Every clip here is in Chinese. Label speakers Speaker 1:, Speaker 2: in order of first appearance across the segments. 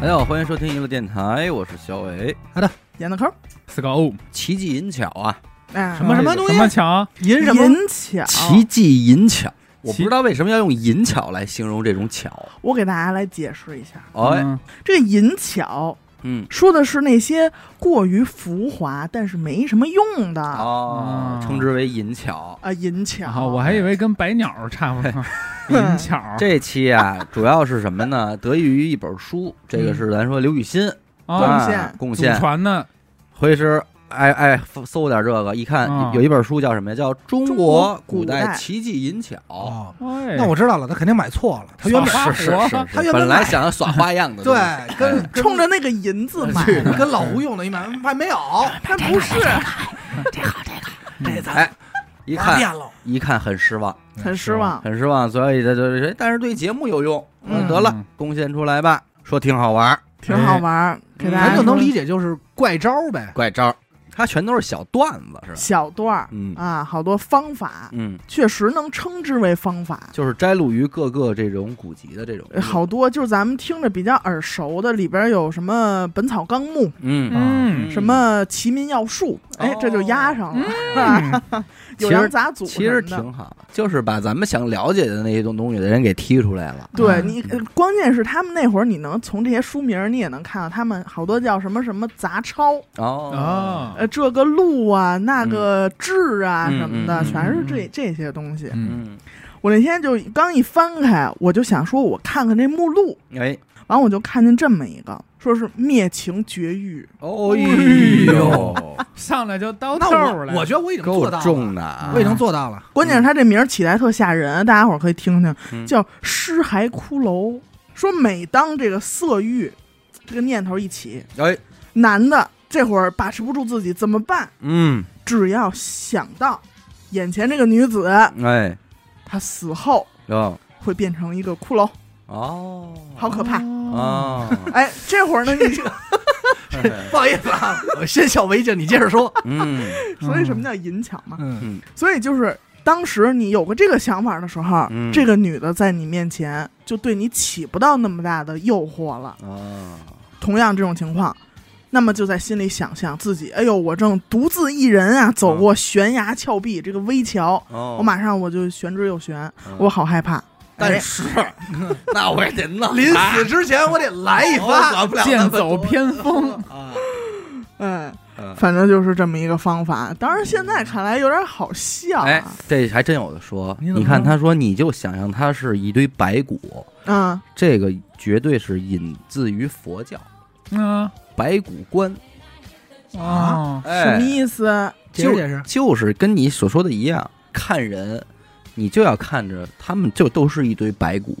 Speaker 1: 大家好，哎欢迎收听娱乐电台，我是小伟。
Speaker 2: 演的抠，
Speaker 3: 四个 O
Speaker 1: 奇技淫巧啊，
Speaker 2: 哎，
Speaker 3: 什么什么东西？
Speaker 2: 什
Speaker 3: 什么巧？
Speaker 2: 银什么银巧？
Speaker 1: 奇技淫巧，哦我不
Speaker 3: 奇
Speaker 1: 知道为什么要用淫巧来形容这种巧。
Speaker 2: 我给大家来解释一下，
Speaker 1: 哎，
Speaker 3: 嗯
Speaker 2: 这个银巧
Speaker 1: 嗯，
Speaker 2: 说的是那些过于浮华但是没什么用的啊
Speaker 1: 哦，
Speaker 3: 啊
Speaker 1: 称之为淫巧。
Speaker 2: 银巧。
Speaker 3: 啊，我还以为跟百鸟差不多， 银巧。
Speaker 1: 这期啊，主要是什么呢？得益于一本书，这个是咱说刘雨欣
Speaker 3: 啊，
Speaker 1: 啊
Speaker 2: 贡献
Speaker 1: 嗯贡
Speaker 3: 祖
Speaker 1: 献。
Speaker 3: 传的
Speaker 1: 回师爱爱搜点这个，一看
Speaker 3: 啊
Speaker 1: 有一本书叫什么呀？叫《中
Speaker 2: 中
Speaker 1: 国
Speaker 2: 国
Speaker 1: 古
Speaker 2: 古
Speaker 1: 代
Speaker 2: 代
Speaker 1: 奇技淫巧》。哦
Speaker 4: 哦，
Speaker 3: 哎
Speaker 4: 那我知道了，他肯定买错了。他原本
Speaker 1: 是
Speaker 3: 耍
Speaker 1: 是是
Speaker 3: 花活，
Speaker 4: 他原本
Speaker 1: 本来
Speaker 4: 买
Speaker 1: 想要耍花 样的东西， 哎
Speaker 4: 对跟 跟
Speaker 2: 冲着那个银字 买的，
Speaker 4: 跟老胡用的一哎买，还没有，
Speaker 2: 它不是
Speaker 4: 这咱
Speaker 1: 哎，一
Speaker 4: 拉
Speaker 1: 看
Speaker 4: 变了。
Speaker 1: 一看很失望，
Speaker 2: 很失望。
Speaker 1: 很失望，所以他就是，哎但是对节目有用，
Speaker 2: 嗯
Speaker 1: 得了，贡献出来吧，说挺好玩儿，
Speaker 2: 挺好玩儿，给大
Speaker 4: 咱
Speaker 2: 家
Speaker 4: 就能理
Speaker 2: 解
Speaker 4: 解就是怪招呗，
Speaker 1: 怪招儿，它全都是小段子，是吧？
Speaker 2: 小段儿
Speaker 1: 嗯
Speaker 2: 啊，好多方法，
Speaker 1: 嗯，
Speaker 2: 确实能称之为方法。
Speaker 1: 就是摘录于各个这种古籍的这种，
Speaker 2: 呃好，多就是咱们听着比较耳熟的，里边有什么《本草纲目》，
Speaker 1: 嗯，
Speaker 3: 嗯，
Speaker 2: 什么《齐民要术》，哎，这就押上了。
Speaker 1: 啊
Speaker 3: 嗯
Speaker 2: 有羊杂组
Speaker 1: 其实
Speaker 2: 什么的
Speaker 1: 挺好，就是把咱们想了解的那些东东西的人给踢出来了，
Speaker 2: 对
Speaker 3: 嗯
Speaker 2: 你，呃关键是他们那会儿，你能从这些书名儿，你也能看到他们好多叫什么什么杂抄，
Speaker 1: 哦，
Speaker 3: 啊，
Speaker 2: 呃，这个路啊，那个志啊、
Speaker 1: 嗯
Speaker 2: 什么的，
Speaker 1: 嗯嗯
Speaker 2: 全是这这些东西。
Speaker 3: 嗯，
Speaker 1: 嗯，
Speaker 2: 我那天就刚一翻开，我就想说，我看看这目录，
Speaker 1: 哎，
Speaker 2: 完我就看见这么一个，说是灭情绝育，
Speaker 1: 哦
Speaker 3: 哎
Speaker 1: 呦，
Speaker 3: 上来就刀
Speaker 4: 那
Speaker 3: 透
Speaker 4: 我
Speaker 3: 了。
Speaker 4: 我觉得我已经
Speaker 1: 够
Speaker 4: 做到了，
Speaker 1: 重的啊
Speaker 4: 我已经做到了。
Speaker 2: 关键是他这名儿起来特吓人，大家伙儿可以听听，
Speaker 1: 嗯
Speaker 2: 叫《尸骸骷髅》。说每当这个色欲这个念头一起，
Speaker 1: 哎，
Speaker 2: 男的这会儿把持不住自己怎么办？
Speaker 1: 嗯，
Speaker 2: 只要想到眼前这个女子，
Speaker 1: 哎，
Speaker 2: 她死后
Speaker 1: 哟，
Speaker 2: 会变成一个骷髅，
Speaker 1: 哦，
Speaker 2: 好可怕！
Speaker 3: 啊，
Speaker 1: 哦，
Speaker 2: 哎，这会儿呢， 你
Speaker 4: 不好意思啊，我先笑为敬，你接着说。
Speaker 1: 嗯
Speaker 2: 所以什么叫淫巧嘛？
Speaker 4: 嗯，
Speaker 2: 所以就是当时你有过这个想法的时候，
Speaker 1: 嗯
Speaker 2: 这个女的在你面前就对你起不到那么大的诱惑了。
Speaker 1: 啊，
Speaker 2: 同样这种情况。那么就在心里想象自己，哎呦，我正独自一人啊，走过悬崖峭壁这个危桥，
Speaker 1: 嗯哦
Speaker 2: 我马上我就悬之又悬，
Speaker 1: 嗯
Speaker 2: 我好害怕。
Speaker 1: 但
Speaker 2: 哎
Speaker 1: 是 那我也得弄
Speaker 4: 临死之前我得来一发，
Speaker 3: 剑走偏锋，
Speaker 4: 啊！
Speaker 2: 嗯，
Speaker 1: 嗯
Speaker 2: 反正就是这么一个方法。当然，现在看来有点好笑、啊。
Speaker 1: 哎，这还真有的说。
Speaker 3: 你怎么
Speaker 1: 你看，
Speaker 3: 说
Speaker 1: 他说你就想象它是一堆白骨，
Speaker 2: 嗯，
Speaker 1: 这个绝对是引自于佛教
Speaker 3: 嗯
Speaker 1: 白骨观，
Speaker 3: 啊，
Speaker 2: 什
Speaker 1: 哎
Speaker 2: 么意思？
Speaker 4: 解释解释，
Speaker 1: 就是跟你所说的一样，看人。你就要看着他们，就都是一堆白骨，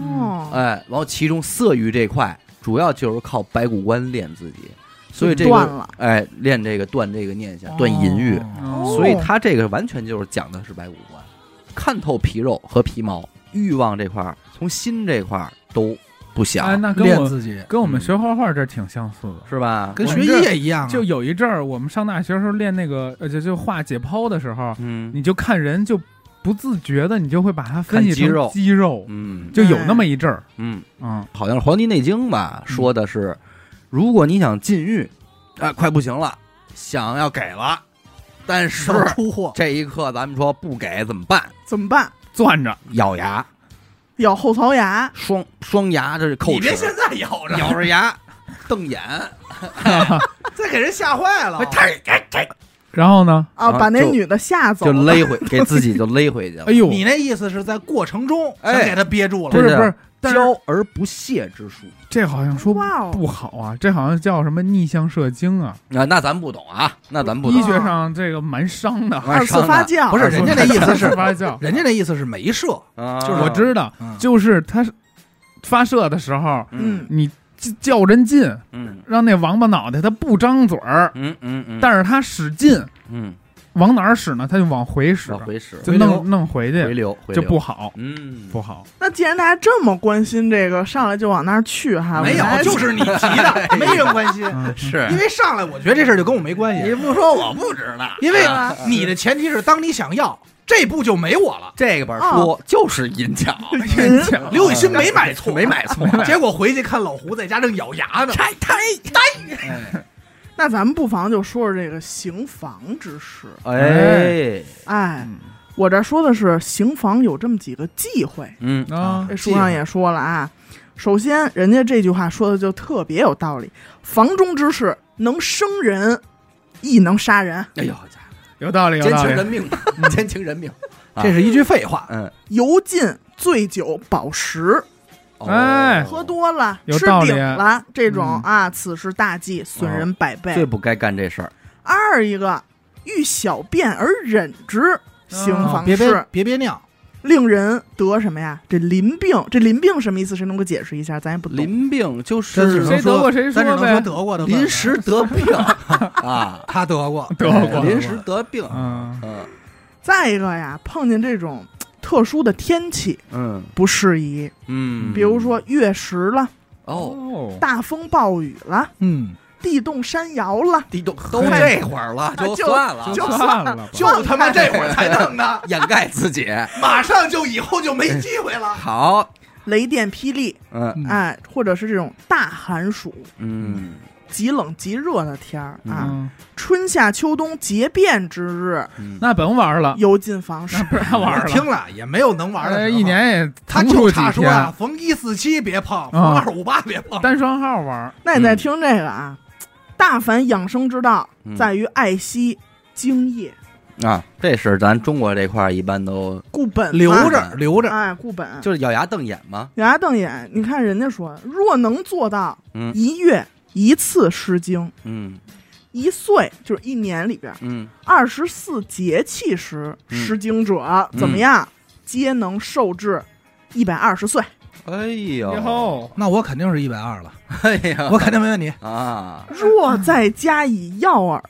Speaker 2: 哦，
Speaker 1: 哎，然后其中色欲这块，主要就是靠白骨观练自己，所以这
Speaker 2: 断
Speaker 1: 个
Speaker 2: 了。
Speaker 1: 哎练这个断这个念想，断淫欲，
Speaker 3: 哦
Speaker 1: 所以他这个完全就是讲的是白骨观，看透皮肉和皮毛，欲望这块儿，从心这块儿都不想，
Speaker 3: 哎，那跟
Speaker 4: 练
Speaker 3: 我
Speaker 4: 自己，
Speaker 3: 跟我们学画画这挺相似的。
Speaker 1: 是吧？
Speaker 4: 跟
Speaker 3: 我
Speaker 4: 学
Speaker 3: 们
Speaker 4: 医
Speaker 3: 这
Speaker 4: 也一样啊。
Speaker 3: 就有一阵儿，我们上大学的时候练那个，呃，就就画解剖的时候，
Speaker 1: 嗯
Speaker 3: 你就看人就不自觉的，你就会把它分析
Speaker 1: 看肌肉
Speaker 3: 成肌肉，
Speaker 1: 嗯
Speaker 3: 就有那么一阵儿，
Speaker 1: 嗯，
Speaker 3: 嗯，
Speaker 1: 好像是《黄帝内经》吧，说的是，如果你想禁欲，啊，快不行了，想要给了，但 是
Speaker 4: 上出货，
Speaker 1: 这一刻咱们说不给怎么办？
Speaker 2: 怎么办？
Speaker 3: 攥着，
Speaker 1: 咬牙，
Speaker 2: 咬后槽牙，
Speaker 1: 双双牙这是扣
Speaker 4: 你别
Speaker 1: 齿
Speaker 4: 现，在咬着，
Speaker 1: 咬着牙，瞪眼，
Speaker 4: 再给人吓坏了。哎
Speaker 3: 然后呢，
Speaker 2: 啊，
Speaker 1: 啊
Speaker 2: 把那
Speaker 1: 就
Speaker 2: 女的吓走
Speaker 1: 就
Speaker 2: 了，
Speaker 1: 勒回，给自己就勒回去了
Speaker 3: 哎。呦，
Speaker 4: 你那意思是在过程中想
Speaker 1: 哎
Speaker 4: 给他憋住
Speaker 3: 不
Speaker 4: 了？
Speaker 3: 是
Speaker 1: 这
Speaker 3: 不是，但是
Speaker 1: 教而不泄之术
Speaker 3: 这好像说
Speaker 2: 哇哦
Speaker 3: 不好啊，这好像叫什么逆向射精啊，
Speaker 1: 啊，那咱不懂啊，那咱不
Speaker 3: 医
Speaker 1: 懂。
Speaker 3: 学上这个蛮伤 的，
Speaker 2: 啊二次
Speaker 1: 啊
Speaker 2: 发酵，
Speaker 4: 不是人家那意思是
Speaker 3: 发酵，
Speaker 4: 人家那意思是没射，
Speaker 1: 啊，
Speaker 4: 就是
Speaker 3: 我知道，
Speaker 4: 嗯
Speaker 3: 就是它是发射的时候，
Speaker 2: 嗯
Speaker 3: 你叫较真劲，
Speaker 1: 嗯
Speaker 3: 让那王八脑袋它不张嘴儿，
Speaker 1: 嗯嗯嗯，
Speaker 3: 但是它使劲，
Speaker 1: 嗯，
Speaker 3: 往哪儿使呢？它就往回使
Speaker 1: 往，回使
Speaker 3: 就
Speaker 4: 回流
Speaker 3: 弄弄回
Speaker 1: 回
Speaker 3: 去，
Speaker 1: 流回
Speaker 3: 就
Speaker 1: 流
Speaker 3: 不好，
Speaker 1: 嗯
Speaker 3: 不好。
Speaker 2: 那既然大家这么关心这个，上来就往那儿去哈，
Speaker 4: 没
Speaker 2: 我们来
Speaker 4: 有，就是你提的，没人关心。
Speaker 3: 嗯
Speaker 1: 是
Speaker 4: 因 为上来我觉得这事儿就跟我没关系，啊
Speaker 1: 不说我不知道，
Speaker 4: 因为你的前提是当你想要，这部就没我了。
Speaker 5: 这本
Speaker 1: 哦
Speaker 5: 书就是银角，
Speaker 1: 哎
Speaker 2: 银
Speaker 3: 角
Speaker 4: 刘雨欣没买错，
Speaker 5: 没买错。
Speaker 4: 结果回去看老胡在家正咬牙呢，
Speaker 5: 拆开，
Speaker 2: 那咱们不妨就说说这个行房之事。
Speaker 5: 哎，
Speaker 2: 哎，
Speaker 1: 嗯
Speaker 2: 我这说的是行房有这么几个忌讳，
Speaker 5: 嗯
Speaker 3: 啊
Speaker 2: 这书上也说了啊。首先，人家这句话说的就特别有道理：房中之事能生人，亦能杀人。
Speaker 5: 哎呦家
Speaker 3: 有道理，有
Speaker 4: 奸
Speaker 3: 道
Speaker 4: 情
Speaker 3: 理
Speaker 4: 人。命，奸情人命，
Speaker 5: 啊
Speaker 4: 这是一句废话。
Speaker 1: 嗯
Speaker 5: 伙，
Speaker 2: 油尽醉酒饱食，
Speaker 1: 哦
Speaker 5: 嗯，
Speaker 3: 哎
Speaker 2: 喝多了、
Speaker 3: 有
Speaker 2: 吃
Speaker 3: 道理
Speaker 2: 顶了这种
Speaker 3: 嗯
Speaker 2: 啊，此事大忌，损人百倍。
Speaker 1: 哦
Speaker 5: 最不该干这事儿，
Speaker 2: 二一个，欲小便而忍之，行
Speaker 3: 啊
Speaker 2: 嗯房
Speaker 4: 嗯别
Speaker 2: 事、
Speaker 4: 憋别憋尿，
Speaker 2: 令人得什么呀？这淋病，这淋病什么意思？谁能给我解释一下？咱也不懂。
Speaker 5: 淋病就
Speaker 4: 真
Speaker 5: 是
Speaker 4: 只能
Speaker 3: 谁得过谁
Speaker 4: 咱只
Speaker 3: 说
Speaker 4: 能说
Speaker 3: 呗。
Speaker 4: 德国的
Speaker 5: 临时得 病啊，
Speaker 4: 他得过，
Speaker 3: 德
Speaker 1: 哎
Speaker 3: 国
Speaker 5: 哎临时得病，
Speaker 3: 嗯，
Speaker 5: 嗯
Speaker 2: 再一个呀，碰见这种嘖特殊的天气
Speaker 5: 嗯
Speaker 2: 不适宜，
Speaker 5: 嗯，
Speaker 2: 比如说月食了、
Speaker 5: 哦，
Speaker 3: 哦，
Speaker 2: 大风暴雨了、
Speaker 4: 嗯，
Speaker 2: 地动山摇了，
Speaker 5: 地动都这会儿了，就算了，
Speaker 3: 啊就哦算了吧。
Speaker 4: 就他妈这会儿才弄的，
Speaker 5: 掩盖自 己，
Speaker 4: 马上就以后就没机会 了。
Speaker 5: 好，
Speaker 2: 雷电霹雳，
Speaker 5: 嗯
Speaker 3: 嗯
Speaker 2: 哎，或者是这种大寒暑。
Speaker 5: 嗯
Speaker 2: 极冷极热的天儿啊，
Speaker 3: 嗯，
Speaker 2: 春夏秋冬节变之日，
Speaker 5: 嗯，
Speaker 3: 那甭玩了，
Speaker 2: 尤进房事
Speaker 3: 那。不让玩了。
Speaker 4: 我听了也没有能玩的时
Speaker 3: 哎
Speaker 4: 候，
Speaker 3: 一年也
Speaker 4: 他
Speaker 3: 腾出
Speaker 4: 就
Speaker 3: 几
Speaker 4: 差说啊
Speaker 3: 天，，
Speaker 4: 逢一四七别碰，逢
Speaker 3: 啊
Speaker 4: 二五八别碰，
Speaker 3: 单双号玩。
Speaker 2: 那你再听这个啊，大凡养生之道，
Speaker 5: 嗯
Speaker 2: 在于爱惜精液，
Speaker 5: 啊，这是咱中国这块儿一般都
Speaker 2: 固本嘛
Speaker 4: 留着留着。
Speaker 2: 哎，固本。
Speaker 5: 就是咬牙瞪眼嘛，
Speaker 2: 咬牙瞪眼，你看人家说，若能做到
Speaker 5: 嗯
Speaker 2: 一月一次诗经，
Speaker 5: 嗯
Speaker 2: 一岁就是一年里边
Speaker 5: 嗯，
Speaker 2: 二十四节气时，
Speaker 5: 嗯
Speaker 2: 诗经者怎么样？
Speaker 3: 嗯
Speaker 2: 皆能寿至一百二十岁。
Speaker 5: 哎
Speaker 3: 以
Speaker 5: 呦，
Speaker 3: 后
Speaker 4: 那我肯定是一百二了，
Speaker 5: 哎呀，
Speaker 4: 我肯定没问题。
Speaker 5: 啊，
Speaker 3: 嗯
Speaker 2: 若再加以药饵，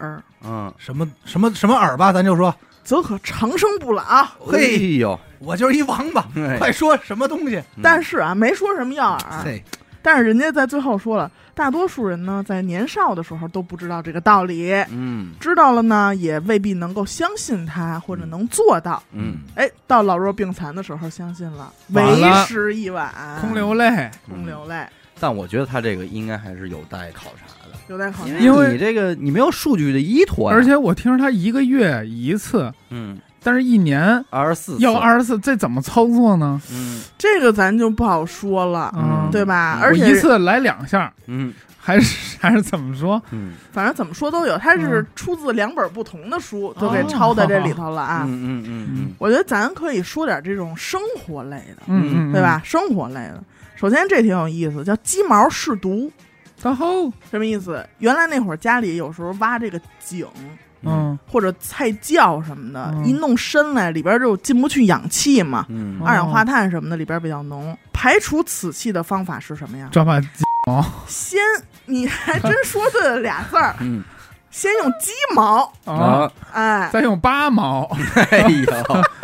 Speaker 5: 嗯，
Speaker 4: 什么什么什么饵吧，咱就说，
Speaker 2: 则可长生不老。
Speaker 5: 哎
Speaker 4: 嘿，
Speaker 5: 呦，
Speaker 4: 我就是一王八，
Speaker 5: 哎
Speaker 4: 快说什么东西？
Speaker 5: 嗯
Speaker 2: 但是啊，没说什么药饵，
Speaker 4: 嘿，
Speaker 2: 但是人家在最后说了，大多数人呢，在年少的时候都不知道这个道理，
Speaker 5: 嗯
Speaker 2: 知道了呢，也未必能够相信它或者能做到。
Speaker 5: 嗯，
Speaker 2: 哎，到老弱病残的时候相信了，
Speaker 3: 晚
Speaker 2: 为
Speaker 3: 了
Speaker 2: 时已晚，
Speaker 3: 空流嗯泪，
Speaker 2: 空流泪，
Speaker 5: 嗯但我觉得他这个应该还是有待考察的，
Speaker 2: 有待考
Speaker 3: 因
Speaker 2: 验。
Speaker 3: 为
Speaker 5: 你这个你没有数据的依托呀，
Speaker 3: 而且我听说他一个月一次，
Speaker 5: 嗯，
Speaker 3: 但是一年
Speaker 5: 二十四
Speaker 3: 要，二十四，这怎么操作呢？
Speaker 5: 嗯
Speaker 2: 这个咱就不好说了，
Speaker 3: 嗯
Speaker 2: 对吧？
Speaker 5: 嗯
Speaker 2: 而
Speaker 3: 我一
Speaker 2: 且
Speaker 3: 次来两下，
Speaker 5: 嗯
Speaker 3: 还是还是怎么说？
Speaker 5: 嗯
Speaker 2: 反正怎么说都有，它是
Speaker 3: 嗯
Speaker 2: 出自两本不同的书，都
Speaker 3: 哦
Speaker 2: 给抄在这里头了啊。
Speaker 5: 嗯嗯
Speaker 2: 我觉得咱可以说点这种生活类的，
Speaker 3: 嗯，嗯
Speaker 2: 对？吧？生活类的，首先这挺有意思，叫鸡毛试毒，
Speaker 3: 然嗯后，
Speaker 2: 什么意思？原来那会儿家里有时候挖这个井
Speaker 5: 嗯
Speaker 3: 嗯，
Speaker 2: 或者菜窖什么的，
Speaker 3: 嗯
Speaker 2: 一弄深来里边就进不去氧气嘛，
Speaker 5: 嗯，
Speaker 3: 哦
Speaker 2: 二氧化碳什么的里边比较浓。排除此气的方法是什么呀？
Speaker 3: 抓把
Speaker 2: 先，你还真说对了俩字儿
Speaker 5: 嗯
Speaker 2: 先用鸡毛，
Speaker 3: 啊，，
Speaker 2: 哎，
Speaker 3: 再用八毛，
Speaker 5: 哎呦，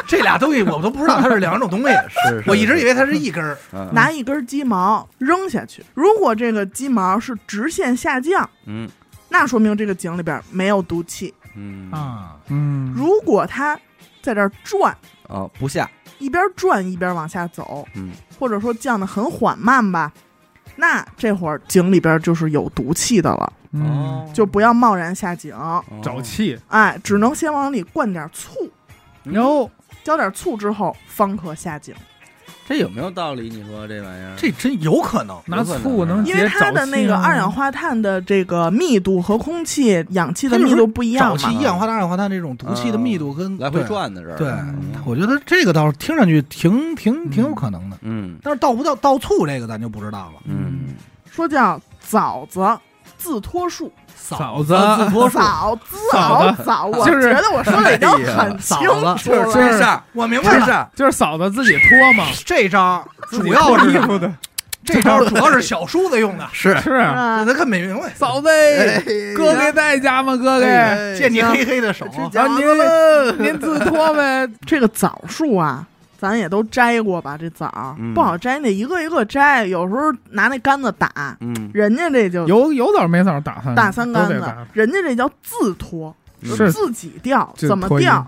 Speaker 4: 这俩东西我都不知道它是两种东西，
Speaker 5: 是
Speaker 4: 我一直以
Speaker 5: 为
Speaker 4: 为它是一根儿。
Speaker 2: 拿一根鸡毛扔下去，如果这个鸡毛是直线下降，
Speaker 5: 嗯
Speaker 2: 那说明这个井里边没有毒气；
Speaker 5: 嗯
Speaker 4: 啊，
Speaker 3: 嗯，
Speaker 2: 如果它在这儿转，
Speaker 5: 啊不下，
Speaker 2: 一边转一边往下走，
Speaker 5: 嗯
Speaker 2: 或者说降得很缓慢吧，那这会儿井里边就是有毒气的了，
Speaker 3: 嗯，
Speaker 5: 哦
Speaker 2: 就不要贸然下井，
Speaker 3: 沼气，
Speaker 2: 哎，只能先往里灌点醋，
Speaker 5: 然后
Speaker 3: 哟，
Speaker 2: 浇点醋之后方可下井，
Speaker 5: 这有没有道理？你说这玩意儿，
Speaker 4: 这真有可能。
Speaker 3: 拿醋能
Speaker 2: 因
Speaker 3: 解
Speaker 2: 为
Speaker 3: 沼气吗
Speaker 2: 它的那
Speaker 3: 啊
Speaker 2: 个二氧化碳的这个密度和空气氧气的密度不一样
Speaker 4: 沼气、
Speaker 2: 嘛，
Speaker 4: 一氧化碳、二氧化碳这种毒气的密度跟
Speaker 5: 来回。转的这儿，
Speaker 4: 对
Speaker 5: 嗯
Speaker 4: 对，我觉得这个倒是听上去挺挺挺有可能的，
Speaker 5: 嗯
Speaker 4: 但是到不到到醋这个咱就不知道了。
Speaker 5: 嗯
Speaker 2: 说叫枣子自脱术。
Speaker 3: 嫂子
Speaker 4: 自脱术，
Speaker 2: 早早
Speaker 3: 嫂子
Speaker 2: 早，我
Speaker 3: 就
Speaker 2: 觉
Speaker 3: 是
Speaker 2: 得我说的已经
Speaker 5: 哎
Speaker 2: 很
Speaker 5: 呀
Speaker 2: 清
Speaker 4: 嫂子
Speaker 2: 楚
Speaker 3: 就是
Speaker 2: 了。
Speaker 3: 这事
Speaker 5: 儿，，
Speaker 4: 我明白
Speaker 3: 这
Speaker 4: 了。
Speaker 3: 是就是嫂子自己脱 嘛，
Speaker 4: 这招
Speaker 3: 自己
Speaker 4: 主要
Speaker 3: 脱衣
Speaker 4: 是
Speaker 3: 服的，
Speaker 4: 这招主要是小叔子用的
Speaker 5: 是
Speaker 3: 是
Speaker 2: 啊
Speaker 4: 这他看没明白。
Speaker 3: 嫂子，哥哥在家吗？哥哥，
Speaker 5: 哎
Speaker 4: 见你黑黑的手，
Speaker 2: 这
Speaker 3: 然
Speaker 2: 讲
Speaker 3: 后
Speaker 2: 完
Speaker 3: 您
Speaker 2: 了
Speaker 3: 您自脱呗，
Speaker 2: 这个枣树啊，咱也都摘过吧？这枣
Speaker 5: 嗯
Speaker 2: 不好摘，那一个一个摘，有时候拿那杆子打，
Speaker 5: 嗯
Speaker 2: 人家这就
Speaker 3: 有有枣没枣打算
Speaker 2: 打三杆
Speaker 3: 都得
Speaker 2: 子
Speaker 3: 打，
Speaker 2: 人家这叫自脱，
Speaker 5: 嗯
Speaker 3: 是
Speaker 2: 自己掉，
Speaker 3: 就
Speaker 2: 怎么
Speaker 3: 脱衣
Speaker 2: 掉？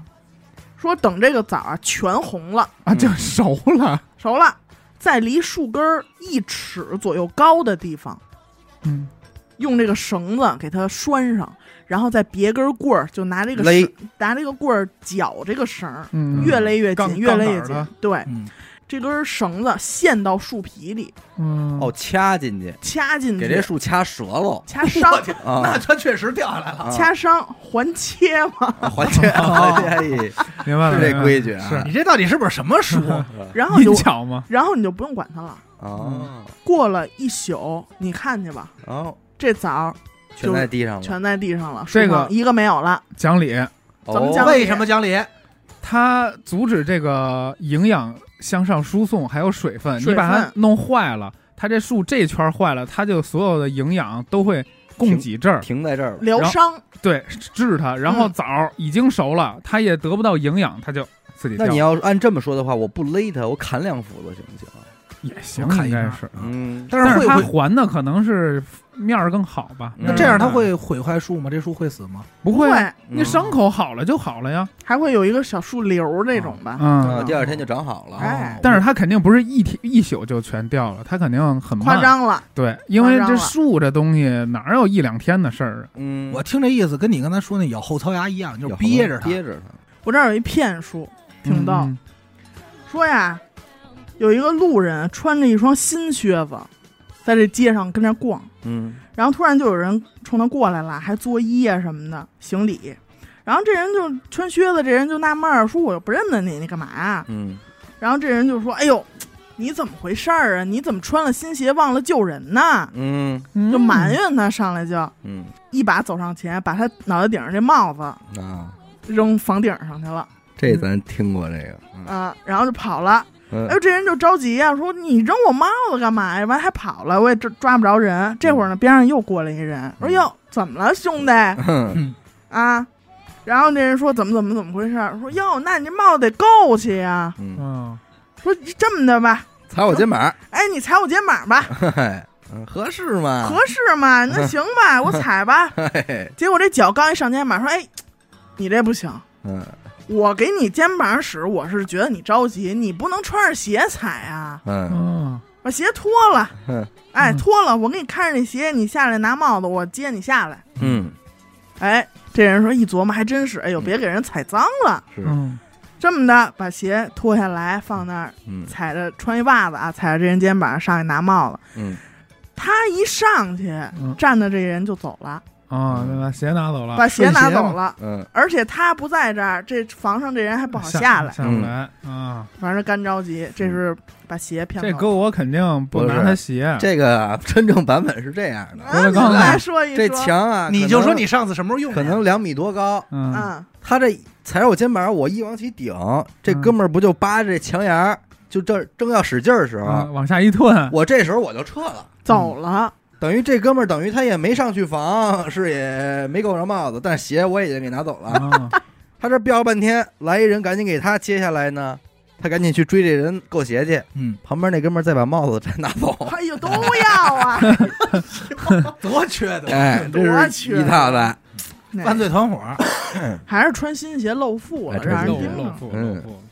Speaker 2: 说等这个枣啊全红了，
Speaker 3: 啊，就熟了。
Speaker 2: 熟了，在离树根儿一尺左右高的地方，
Speaker 3: 嗯，
Speaker 2: 用这个绳子给它拴上，然后再别根棍儿，就拿这个
Speaker 1: 勒
Speaker 2: 绳拿这个棍儿绞这个绳儿，
Speaker 3: 嗯
Speaker 2: 越勒越
Speaker 3: 杠
Speaker 2: 紧，越勒越
Speaker 3: 杠
Speaker 2: 紧
Speaker 3: 杆儿的。
Speaker 2: 对，
Speaker 4: 嗯，
Speaker 2: 这根绳子陷到树皮里，
Speaker 3: 嗯
Speaker 1: 哦，掐进去，
Speaker 2: 掐进
Speaker 1: 给这
Speaker 2: 去，
Speaker 1: 树掐折喽
Speaker 2: 掐伤，
Speaker 1: 啊
Speaker 4: 那！它确实掉下来了。
Speaker 1: 啊
Speaker 2: 掐伤还切嘛。
Speaker 1: 啊环节环节，哎
Speaker 3: 明白了，
Speaker 1: 是这
Speaker 3: 明白了
Speaker 1: 规矩啊
Speaker 3: 是
Speaker 4: 你这到底是本什么书？
Speaker 1: 嗯
Speaker 5: 啊
Speaker 2: 然后你
Speaker 3: 阴
Speaker 2: 就，
Speaker 3: 巧吗？
Speaker 2: 然后你就不用管它了。
Speaker 1: 哦
Speaker 2: 过了一宿，你看去吧，
Speaker 1: 哦，
Speaker 2: 这枣儿
Speaker 1: 全在地上了。
Speaker 2: 全在地上了，
Speaker 3: 这个
Speaker 2: 树上一个没有了。
Speaker 3: 讲理，
Speaker 2: 咱们
Speaker 1: 哦
Speaker 2: 讲
Speaker 4: 为什么讲理？
Speaker 3: 它阻止这个营养向上输送，还有水分。
Speaker 2: 水
Speaker 3: 你把它
Speaker 2: 分
Speaker 3: 弄坏了，它这树这一圈坏了，它就所有的营养都会供给这儿，
Speaker 1: 停在这儿了，
Speaker 2: 疗伤，
Speaker 3: 对，治它。然后
Speaker 2: 嗯
Speaker 3: 枣儿已经熟了，它也得不到营养，它就自己
Speaker 1: 那
Speaker 3: 掉
Speaker 1: 你要按这么说的话，我不勒它，我砍两斧子行不行啊？
Speaker 3: 也行
Speaker 4: 我，看
Speaker 3: 应
Speaker 4: 一下
Speaker 3: 该是。
Speaker 1: 嗯，
Speaker 4: 但
Speaker 3: 但是
Speaker 4: 是会
Speaker 3: 它
Speaker 4: 毁，
Speaker 3: 还的可能是面儿更好吧？
Speaker 1: 嗯
Speaker 4: 那这样它会毁坏树吗？这树会死吗？
Speaker 3: 不
Speaker 2: 会
Speaker 3: 会啊？你伤口好了就好了呀。
Speaker 2: 还会有一个小树瘤儿这种吧，
Speaker 3: 嗯，
Speaker 1: 啊，第二天就长好了。
Speaker 2: 哎
Speaker 4: 哦
Speaker 3: 但是它肯定不是一天一宿就全掉了，它肯定很慢。
Speaker 2: 夸张了。
Speaker 3: 对，因为
Speaker 2: 夸张
Speaker 3: 这
Speaker 2: 了
Speaker 3: 树这东西哪有一两天的事儿啊？
Speaker 1: 嗯，
Speaker 4: 我听这意思跟你刚才说那咬后槽牙一样，就是
Speaker 1: 有
Speaker 4: 憋着它。
Speaker 1: 憋着它。
Speaker 2: 我这儿有一骗术，挺逗，
Speaker 3: 嗯
Speaker 2: 说呀，有一个路人穿着一双新靴子，在这街上跟那儿逛，
Speaker 1: 嗯，
Speaker 2: 然后突然就有人冲他过来了，还作揖啊什么的，行礼。然后这人就穿靴子，这人就纳闷儿说：“我又不认得你，你干嘛啊、
Speaker 1: 嗯，
Speaker 2: 然后这人就说：“哎呦，你怎么回事儿啊？你怎么穿了新鞋忘了救人呢？”
Speaker 1: 嗯，
Speaker 3: 嗯
Speaker 2: 就埋怨他，上来就
Speaker 1: 嗯，
Speaker 2: 一把走上前，把他脑袋顶上这帽子
Speaker 1: 啊，
Speaker 2: 扔房顶上去了
Speaker 1: 这咱听过这个。
Speaker 2: 啊、然后就跑了。
Speaker 1: 嗯
Speaker 2: 哎呦，这人就着急呀、说你扔我帽子干嘛呀？完还跑了，我也抓抓不着人。这会儿呢，边上又过来一人，我说哟，怎么了，兄弟
Speaker 1: 嗯
Speaker 2: 啊？然后那人说怎么怎么怎么回事儿？说哟，那你这帽子得够去呀、
Speaker 1: 嗯，
Speaker 3: 嗯，
Speaker 2: 说这么的吧，
Speaker 1: 踩我肩膀，
Speaker 2: 哎，你踩我肩膀吧，
Speaker 1: 嘿嘿嗯合适吗？
Speaker 2: 合适吗？那行吧，我踩吧。
Speaker 1: 嘿嘿，
Speaker 2: 结果这脚刚一上肩膀，说哎，你这不行。
Speaker 1: 嗯
Speaker 2: 我给你肩膀使，我是觉得你着急，你不能穿着鞋踩啊，
Speaker 1: 嗯
Speaker 3: 嗯
Speaker 2: 把鞋脱了。
Speaker 1: 嗯
Speaker 2: 哎，
Speaker 3: 嗯
Speaker 2: 脱了，我给你看着那鞋，你下来拿帽子，我接你下来。
Speaker 1: 嗯，
Speaker 2: 哎，这人说一琢磨，还真是，哎呦，别给人踩脏了。
Speaker 1: 是，
Speaker 3: 嗯，
Speaker 2: 这么的，把鞋脱下来放那儿，
Speaker 1: 嗯
Speaker 2: 踩着穿一袜子啊，踩着这人肩膀上去拿帽子。
Speaker 1: 嗯
Speaker 2: 他一上去，
Speaker 3: 嗯
Speaker 2: 站着这人就走了，
Speaker 3: 啊，那把鞋拿走了，
Speaker 2: 把鞋拿走
Speaker 3: 了，
Speaker 2: 了。
Speaker 1: 嗯，
Speaker 2: 而且他不在这儿，这房上这人还不好
Speaker 3: 下
Speaker 2: 来，
Speaker 3: 下不来啊。
Speaker 2: 反正干着急。这是把鞋骗
Speaker 3: 这
Speaker 2: 走
Speaker 3: 哥
Speaker 2: 了。
Speaker 3: 我肯定不拿他鞋，
Speaker 1: 这个 真正版本是这样的，
Speaker 2: 啊，
Speaker 3: 郭德
Speaker 2: 你
Speaker 3: 纲
Speaker 2: 来
Speaker 3: 呢
Speaker 2: 说一
Speaker 1: 这
Speaker 2: 说，
Speaker 1: 墙啊，
Speaker 4: 你
Speaker 1: 可
Speaker 4: 就
Speaker 1: 能
Speaker 4: 说你上次什么时候用的
Speaker 1: 可
Speaker 4: 呀？
Speaker 1: 能两米多高，
Speaker 3: 嗯，
Speaker 2: 嗯，
Speaker 1: 他这踩着我肩膀，我一往起顶，这哥们儿不就扒着这墙沿儿，就这正要使劲儿的时候，
Speaker 3: 嗯往下一顿，
Speaker 1: 我这时候我就撤了。
Speaker 2: 走了。
Speaker 1: 等于这哥们儿，等于他也没上去防，是也没够上帽子，但是鞋我已经给拿走 了。
Speaker 3: 啊，
Speaker 1: 他这飙半天，来一人赶紧给他接下来呢，他赶紧去追这人够鞋去。
Speaker 4: 嗯，
Speaker 1: 旁边那哥们儿再把帽子再拿走，
Speaker 2: 哎呦，都要啊！
Speaker 4: 多缺德！
Speaker 1: 哎，这是一套的。
Speaker 2: 哪
Speaker 4: 犯罪团伙，
Speaker 2: 还是穿新鞋露腹了，
Speaker 1: 哎
Speaker 2: 让
Speaker 1: 穿
Speaker 2: 人
Speaker 1: 新
Speaker 3: 露
Speaker 1: 鞋
Speaker 2: 盯
Speaker 3: 露
Speaker 2: 上。
Speaker 3: 腹
Speaker 1: 嗯
Speaker 3: 露腹，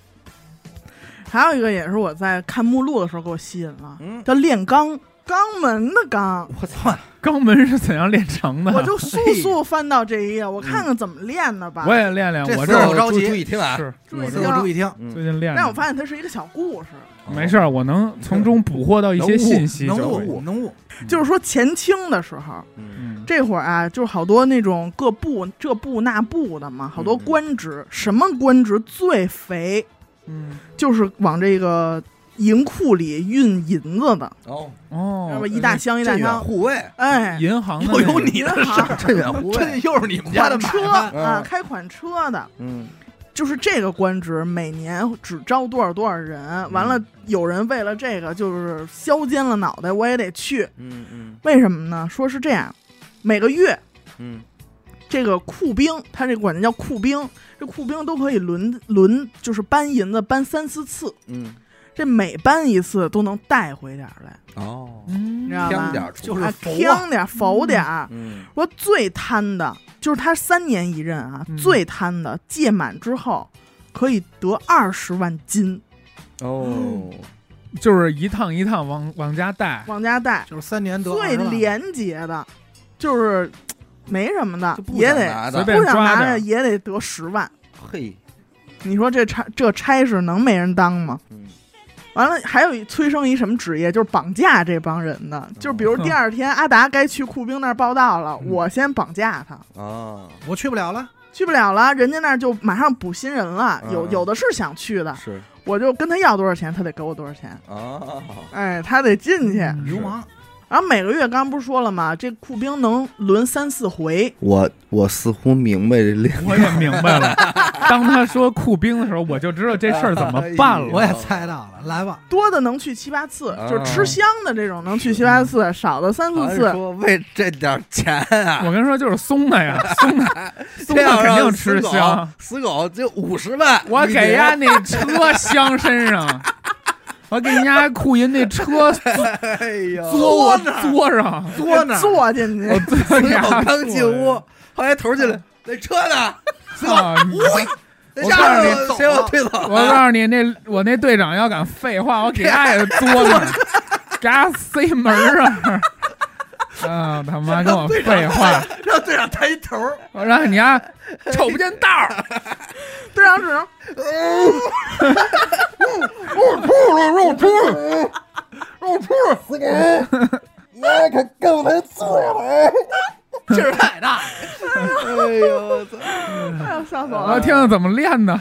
Speaker 2: 还有一个也是我在看目录的时候给我吸引了，
Speaker 1: 嗯，
Speaker 2: 叫练肛，肛门的肛。
Speaker 1: 我操，
Speaker 3: 肛门是怎样练成的？
Speaker 2: 我就速速翻到这一页，我看看怎么练的吧
Speaker 3: 我。也练练，
Speaker 4: 这
Speaker 3: 我
Speaker 4: 四
Speaker 3: 这
Speaker 4: 个
Speaker 3: 儿
Speaker 4: 我着急
Speaker 1: 注意听啊。
Speaker 3: 是
Speaker 2: 注意
Speaker 1: 我
Speaker 2: 听
Speaker 1: 这
Speaker 4: 给我注意听，
Speaker 1: 嗯哦
Speaker 3: 最近练
Speaker 2: 但我
Speaker 3: 的，
Speaker 2: 发现它是一个小故事，
Speaker 3: 没事，儿，我能从中捕获到一些信息，
Speaker 4: 能
Speaker 1: 就是
Speaker 4: 悟能悟，
Speaker 2: 就是说前清的时候，
Speaker 1: 嗯，
Speaker 3: 嗯，
Speaker 2: 这会儿啊，就是好多那种各部这部那部的
Speaker 1: 嗯
Speaker 2: 嘛，好多官职，什么官职最肥，
Speaker 3: 嗯，
Speaker 2: 就是往这个银库里运银子的，
Speaker 1: 哦，
Speaker 2: 那
Speaker 3: 哦
Speaker 2: 么，一大箱一大
Speaker 1: 这远
Speaker 2: 箱，
Speaker 1: 护卫，
Speaker 2: 哎，
Speaker 3: 银行的
Speaker 4: 又
Speaker 3: 那
Speaker 4: 有
Speaker 3: 个
Speaker 4: 你的事儿，
Speaker 1: 嗯这远护
Speaker 4: 这
Speaker 1: 卫，
Speaker 4: 又是你们家的
Speaker 2: 款
Speaker 4: 买
Speaker 2: 车
Speaker 4: 卖。
Speaker 2: 啊，
Speaker 1: 嗯
Speaker 2: 开款车的，
Speaker 1: 嗯，
Speaker 2: 就是这个官职每年只招多少多少人。完
Speaker 1: 嗯
Speaker 2: 了，有人为了这个就是削尖了脑袋，我也得去。
Speaker 1: 嗯嗯
Speaker 2: 为什么呢？说是这样，每个月
Speaker 1: 嗯
Speaker 2: 这个库兵，他这管它叫库兵，这库兵都可以轮轮，就是搬银子搬三四次，
Speaker 1: 嗯，
Speaker 2: 这每搬一次都能带回点儿来，
Speaker 1: 哦，
Speaker 3: 嗯
Speaker 2: 你知道
Speaker 1: 香点
Speaker 2: 吧？
Speaker 1: 儿出，
Speaker 4: 就是
Speaker 2: 啊，
Speaker 4: 佛啊
Speaker 2: 挑点儿浮点儿。
Speaker 1: 嗯
Speaker 2: 我最贪的就是他三年一任啊，
Speaker 3: 嗯
Speaker 2: 最贪的届满之后可以得二十万金
Speaker 1: 哦，
Speaker 3: 就是一趟一趟往往家带，
Speaker 2: 往家带，
Speaker 4: 就是三年得
Speaker 2: 最
Speaker 4: 20万
Speaker 2: 廉洁的，就是嘖没什么的
Speaker 1: 就，不
Speaker 2: 也
Speaker 1: 想
Speaker 2: 得
Speaker 1: 拿
Speaker 3: 随
Speaker 1: 的，
Speaker 3: 便
Speaker 2: 不想
Speaker 3: 抓
Speaker 2: 拿
Speaker 3: 着
Speaker 2: 着也得得十万。
Speaker 1: 嘿，
Speaker 2: 你说这差这差事能没人当吗？
Speaker 1: 嗯
Speaker 2: 完了，还有一催生一什么职业，就是绑架这帮人的，就是比如第二天阿达该去库兵那儿报道了，
Speaker 3: 嗯
Speaker 2: 我先绑架他，
Speaker 1: 啊，
Speaker 4: 我去不了了，
Speaker 2: 去不了了，人家那儿就马上补新人了，有
Speaker 1: 嗯
Speaker 2: 有的是想去
Speaker 3: 啊
Speaker 2: 的，
Speaker 1: 是
Speaker 2: 我就跟他要多少钱，他得给我多少钱，
Speaker 1: 啊，
Speaker 2: 哎，他得进去。
Speaker 3: 嗯
Speaker 4: 流氓
Speaker 2: 然后每个月刚不是说了吗？这库兵能轮三四回，
Speaker 1: 我我似乎明白这恋
Speaker 3: 嗯我也明白 了。当他说库兵的时候，我就知道这事儿怎么办
Speaker 1: 哎
Speaker 3: 了。
Speaker 1: 呦
Speaker 4: 我也猜到了，来 吧，
Speaker 2: 多的能去七八次，
Speaker 1: 啊
Speaker 2: 就是吃香的这种能去七八
Speaker 3: 嗯
Speaker 2: 次，少的三
Speaker 1: 好
Speaker 2: 四
Speaker 1: 像
Speaker 2: 次。
Speaker 1: 说为这点钱啊，
Speaker 2: 哎
Speaker 3: 我跟你说，就是松 的呀，松的，松
Speaker 1: 这
Speaker 3: 的
Speaker 1: 要
Speaker 3: 肯
Speaker 1: 让
Speaker 3: 定
Speaker 1: 死
Speaker 3: 吃
Speaker 1: 狗
Speaker 3: 香。，
Speaker 1: 死狗就五十万，
Speaker 3: 我
Speaker 1: 你
Speaker 3: 给
Speaker 1: 得
Speaker 3: 人家那车镶身 上，我给人家库银那车嘬
Speaker 1: 哎呦，
Speaker 3: 我嘬上，
Speaker 4: 多呢，
Speaker 2: 坐进去
Speaker 3: 我，嘬
Speaker 1: 死
Speaker 3: 人
Speaker 1: 狗
Speaker 3: 家
Speaker 1: 刚进屋，后来头进来，那车呢？死狗，
Speaker 3: 啊你
Speaker 1: 那
Speaker 4: 我
Speaker 1: 下
Speaker 4: 告诉
Speaker 1: 来
Speaker 4: 你
Speaker 1: 了
Speaker 4: 走
Speaker 1: 谁要
Speaker 4: 了
Speaker 1: 推走？
Speaker 3: 我告诉你，那我那队长要敢废话，我给他也嘬 上，给他塞门儿上。啊！他妈跟我废 话，
Speaker 4: 让队长抬一头儿，
Speaker 3: 我让你家瞅不见道儿，
Speaker 2: 队长只能
Speaker 1: 我出来，我出来，死狗，我可够他坐了。
Speaker 4: 劲儿太 大，
Speaker 1: 哎呦，我操！
Speaker 2: 哎呦，笑死我
Speaker 3: 嗯我
Speaker 2: 了！
Speaker 3: 听听怎么练的。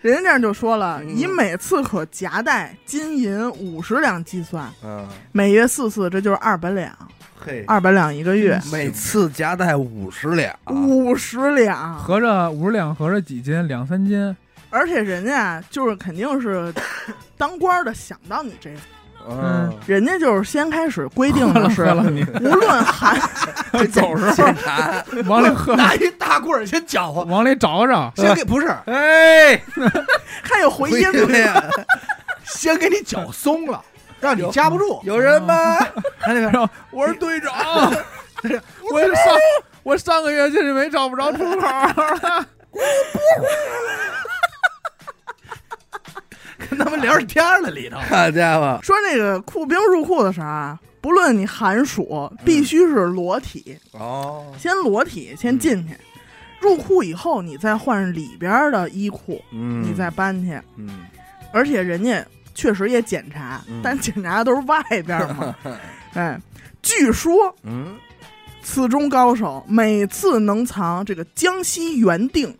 Speaker 2: 人家这样就说了，
Speaker 1: 嗯
Speaker 2: 以每次可夹带金银五十两计算，
Speaker 1: 嗯，
Speaker 2: 每月四次，这就是二百两，
Speaker 1: 嘿，
Speaker 2: 二百两一个月，
Speaker 1: 每次夹带五十两，
Speaker 2: 五十两。
Speaker 3: 合着五十两，合着几斤？两三斤。
Speaker 2: 而且人家就是肯定是当官的想到你这，
Speaker 1: 嗯，
Speaker 2: 人家就是先开始规定的是
Speaker 3: 喝，了 你，
Speaker 2: 无论含
Speaker 3: 走时候
Speaker 1: 现嗯查，
Speaker 3: 往里喝，
Speaker 4: 拿一大棍儿先搅 和，
Speaker 3: 往里找找。
Speaker 4: 先给不是，
Speaker 1: 哎，
Speaker 2: 还有回
Speaker 1: 回啊
Speaker 2: 音，
Speaker 1: 呀，
Speaker 4: 先给你搅松了，让你夹不住，
Speaker 1: 有人吗？
Speaker 4: 他那边
Speaker 3: 然后
Speaker 4: 我是队长，
Speaker 3: 我上我上个月就是没找不着出口了，
Speaker 4: 跟他们聊着天儿了里头，
Speaker 1: 好家 伙，
Speaker 2: 说这个库兵入库的时候啊，不论你寒暑，必须是裸体，
Speaker 1: 哦，
Speaker 2: 先裸体先进去。入库以后，你再换里边的衣裤，
Speaker 1: 嗯
Speaker 2: 你再搬去。
Speaker 1: 嗯，
Speaker 2: 而且人家确实也检查，
Speaker 1: 嗯
Speaker 2: 但检查的都是外边嘛。哎，据说
Speaker 1: 嗯，
Speaker 2: 此中高手每次能藏这个江西原定。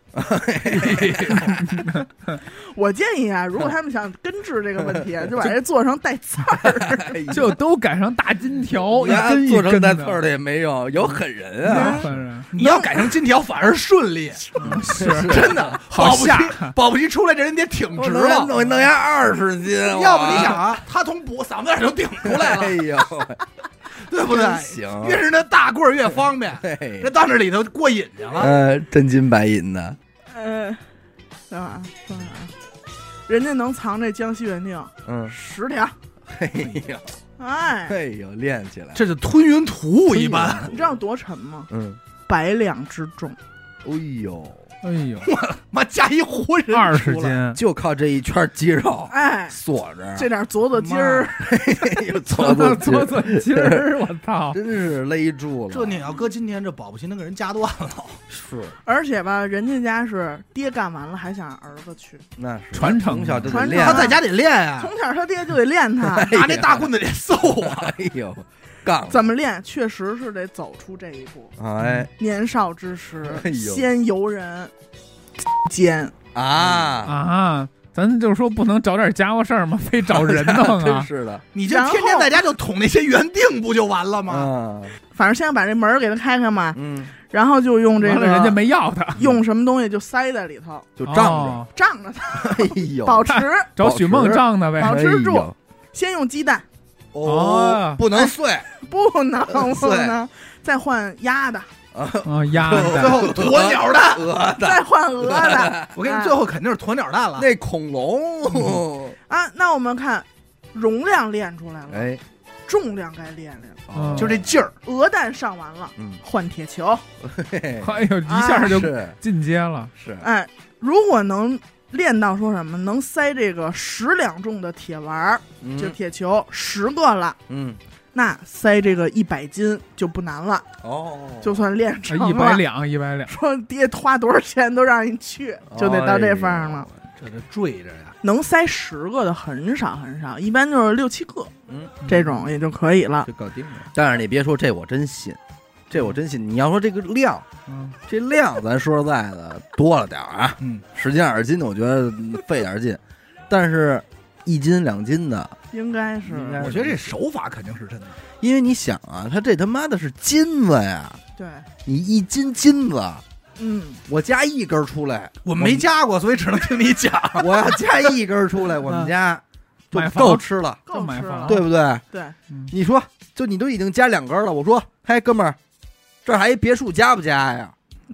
Speaker 2: 我建议啊，如果他们想根治这个问题啊，就把这做成带刺儿。
Speaker 3: 就都改成大金 哦条，一
Speaker 1: 那
Speaker 3: 根一
Speaker 1: 做成
Speaker 3: 根
Speaker 1: 带
Speaker 3: 的。
Speaker 1: 刺 儿的也没用，有狠人啊，
Speaker 3: 反正
Speaker 4: 你要改成金条反而顺利，
Speaker 3: 是
Speaker 4: 真 的，
Speaker 3: 好
Speaker 4: 保不齐
Speaker 3: 下
Speaker 4: 保不齐出来这人得挺直
Speaker 1: 我能
Speaker 4: 了。
Speaker 1: 弄弄下二十斤，
Speaker 4: 要不你想啊，他从脖嗓子眼儿就顶 出
Speaker 1: 我
Speaker 4: 来
Speaker 1: 哎
Speaker 4: 了，
Speaker 1: 呦，
Speaker 4: 对不对
Speaker 1: 真？行 哎
Speaker 4: 越是那大棍儿越方便，
Speaker 1: 嘿
Speaker 4: 这，到那里头过瘾去了。
Speaker 1: 呃，真金白银的，
Speaker 2: 呃，等会儿啊，等会儿啊，人家能藏这江西原定
Speaker 1: 嗯，
Speaker 2: 十条，
Speaker 1: 哎呦，
Speaker 2: 哎，
Speaker 1: 哎呦，练 起来，
Speaker 4: 这就吞云吐雾一般，
Speaker 2: 你知道多沉吗？
Speaker 1: 嗯，
Speaker 2: 百两之重。
Speaker 1: 哎呦，
Speaker 3: 哎呦，
Speaker 4: 妈加一活人
Speaker 3: 二十
Speaker 4: 出来，
Speaker 3: 斤，
Speaker 1: 就靠这一圈肌 肉
Speaker 2: 哎，
Speaker 1: 锁着，
Speaker 2: 这点左左筋儿，
Speaker 1: 哎呦，
Speaker 3: 搓
Speaker 1: 搓
Speaker 3: 搓
Speaker 1: 搓
Speaker 3: 搓搓筋 儿，我操！
Speaker 1: 真是勒住了，
Speaker 4: 这你要搁今天，这保不齐能给人夹断了。
Speaker 1: 是
Speaker 2: 而且吧，人家家是爹干完了还想让儿子去，
Speaker 1: 那是
Speaker 3: 传承
Speaker 1: 从小就得
Speaker 2: 传承
Speaker 1: 练，
Speaker 4: 他在家得练啊
Speaker 2: 从，小他爹就得练他，
Speaker 1: 哎呀
Speaker 4: 拿那大棍子得揍啊。
Speaker 1: 哎呦，杠，
Speaker 2: 怎么练？确实是得走出这一步。
Speaker 1: 哎
Speaker 2: 年少之时，
Speaker 1: 哎呦
Speaker 2: 先游人间，
Speaker 1: 啊，
Speaker 3: 啊，咱就说不能找点家伙事儿吗？非 找人 弄
Speaker 1: 真
Speaker 3: 啊！
Speaker 1: 是的，
Speaker 4: 你就天天在家就捅那些原定不就完了
Speaker 3: 嗯
Speaker 4: 吗？
Speaker 1: 啊，
Speaker 2: 反正先把这门儿给他开开嘛，
Speaker 1: 嗯，
Speaker 2: 然后就用这
Speaker 3: 完
Speaker 2: 个
Speaker 3: 了，人家没要他，
Speaker 2: 用什么东西就塞在里头，
Speaker 1: 就仗
Speaker 3: 哦
Speaker 2: 仗着它，
Speaker 1: 着，哎呦，
Speaker 2: 保持。
Speaker 3: 找许梦仗的呗。
Speaker 2: 保持住
Speaker 1: 哎呦
Speaker 2: 先用鸡蛋，
Speaker 1: 哦
Speaker 3: 哦，
Speaker 1: 不能碎，
Speaker 2: 不能 不
Speaker 1: 对
Speaker 2: 能，再换 鸭的，
Speaker 3: 啊，鸭
Speaker 4: 最
Speaker 3: 的，
Speaker 4: 后鸵鸟蛋，
Speaker 1: 鹅
Speaker 2: 再换鹅的
Speaker 4: 我跟你，最后肯定是鸵鸟蛋
Speaker 3: 嗯
Speaker 4: 了。
Speaker 1: 那恐龙，
Speaker 2: 啊。那我们看容量练出来了，
Speaker 1: 哎，哦
Speaker 2: 重量该练练了。
Speaker 3: 嗯
Speaker 4: 就这劲儿，
Speaker 2: 鹅蛋上完了，
Speaker 1: 嗯，
Speaker 2: 换铁球，
Speaker 1: 嘿嘿
Speaker 3: 哎呦，一下就是进阶了，
Speaker 1: 是，
Speaker 2: 哎，如果能练到说什么能塞这个十两重的铁丸儿，就
Speaker 1: 嗯
Speaker 2: 铁球十个了。
Speaker 1: 嗯，
Speaker 2: 那塞这个一百斤就不难了，
Speaker 1: 哦，
Speaker 2: 就算练成了。
Speaker 3: 啊一百两，一百两，
Speaker 2: 说爹花多少钱都让你去，
Speaker 1: 哎
Speaker 2: 就得到这份儿上了。
Speaker 4: 这这坠着呀，
Speaker 2: 能塞十个的很少很少，一般就是六七个
Speaker 1: 嗯，
Speaker 2: 这种也就可以了。
Speaker 4: 就搞定了。
Speaker 1: 啊但是你别说，这我真信，这我真信。你要说这个量，
Speaker 3: 嗯，
Speaker 1: 这量咱说实在的多了点儿啊，
Speaker 4: 嗯，
Speaker 1: 十斤二十斤的，我觉得费点儿劲，但是一斤两斤的，
Speaker 2: 应该是
Speaker 3: 哎
Speaker 1: 应该
Speaker 4: 我觉得这手法肯定是真的，
Speaker 1: 因为你想啊，他这他妈的是金子呀，
Speaker 2: 对，
Speaker 1: 你一斤金子，
Speaker 2: 嗯，
Speaker 1: 我加一根儿出 来，
Speaker 4: 我没加过，所以只能听你讲。
Speaker 1: 我要加一根儿
Speaker 4: 嗯
Speaker 1: 出来，我们家就
Speaker 3: 买房
Speaker 1: 够吃了，
Speaker 2: 够
Speaker 3: 买
Speaker 2: 吃
Speaker 3: 房
Speaker 4: 啊
Speaker 2: 了。
Speaker 1: 对不对？
Speaker 2: 对，
Speaker 3: 嗯
Speaker 1: 你说，就你都已经加两根儿了，我说，嘿，哥们儿，这儿还一别墅加不加呀？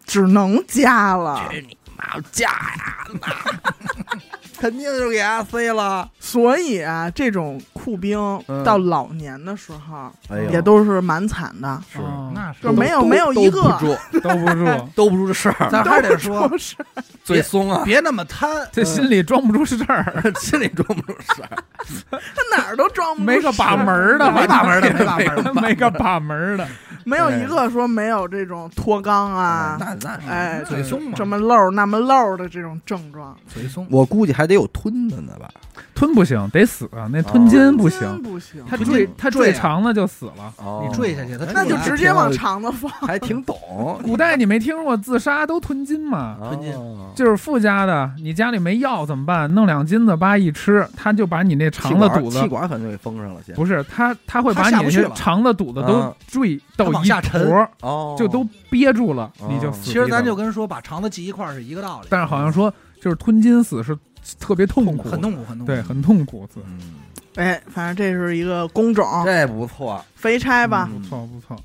Speaker 2: 只能加了。
Speaker 1: 去你妈加呀！肯定就给他塞了。
Speaker 2: 所以啊，这种酷兵
Speaker 1: 嗯
Speaker 2: 到老年的时候
Speaker 1: 哎呦
Speaker 2: 也都是蛮惨的，
Speaker 1: 是
Speaker 3: 哦
Speaker 4: 嗯那是
Speaker 2: 就没有
Speaker 1: 都
Speaker 2: 没有一
Speaker 1: 都不
Speaker 2: 个
Speaker 1: 住，
Speaker 3: 兜不 住，
Speaker 1: 兜不住这事儿，
Speaker 4: 咱还得 说，
Speaker 2: 是
Speaker 1: 嘴松啊，
Speaker 4: 别那么贪，嗯
Speaker 3: 这心里装不住事 儿，
Speaker 1: 心里装不住事儿。
Speaker 2: 他哪儿都装不
Speaker 3: 没个把门儿的，
Speaker 4: 没把门儿的，没把门儿的。
Speaker 3: 没个把门儿 的，
Speaker 2: 没有一个说没有这种脱肛啊，
Speaker 4: 那那是
Speaker 2: 哎
Speaker 4: 嘴松嘛，
Speaker 2: 这么漏那么漏的这种症状，
Speaker 4: 嘴松。
Speaker 1: 我估计还得有吞的呢吧？
Speaker 3: 吞不行，得死啊，那吞金不
Speaker 2: 真
Speaker 3: 行，
Speaker 2: 不行，
Speaker 3: 他
Speaker 1: 不
Speaker 3: 坠
Speaker 1: 行
Speaker 3: 他
Speaker 4: 坠
Speaker 3: 坠
Speaker 4: 啊
Speaker 3: 肠了就死了。
Speaker 1: 哦
Speaker 4: 你坠下去他
Speaker 2: 那就直接往肠子放。
Speaker 1: 还挺懂。
Speaker 3: 古代你没听过自杀都吞金吗？
Speaker 4: 啊
Speaker 1: 吞进，哦
Speaker 3: 就是富家的，你家里没药怎么办？弄两金子吧，一吃，他就把你那肠子肚
Speaker 1: 气
Speaker 3: 子，
Speaker 1: 管反正给封上了，先
Speaker 3: 不是他，他会把
Speaker 4: 他
Speaker 3: 你
Speaker 4: 下不
Speaker 3: 那
Speaker 4: 去
Speaker 3: 些
Speaker 4: 了
Speaker 3: 肠子肚子
Speaker 1: 嗯
Speaker 3: 都坠到
Speaker 4: 他往
Speaker 3: 一
Speaker 4: 下沉
Speaker 3: 坨，
Speaker 1: 哦
Speaker 3: 就都憋住了，
Speaker 1: 哦
Speaker 3: 你就死
Speaker 4: 其
Speaker 3: 地了。
Speaker 4: 实咱就跟说把肠子系一块儿是一个道理，
Speaker 3: 但是好像说就是吞金死是特别痛苦，
Speaker 4: 很痛苦，很痛苦。
Speaker 3: 对，很痛苦死。
Speaker 1: 嗯，
Speaker 2: 哎，反正这是一个工种，
Speaker 1: 这不错，
Speaker 2: 肥差吧。
Speaker 1: 嗯
Speaker 3: 不错不错，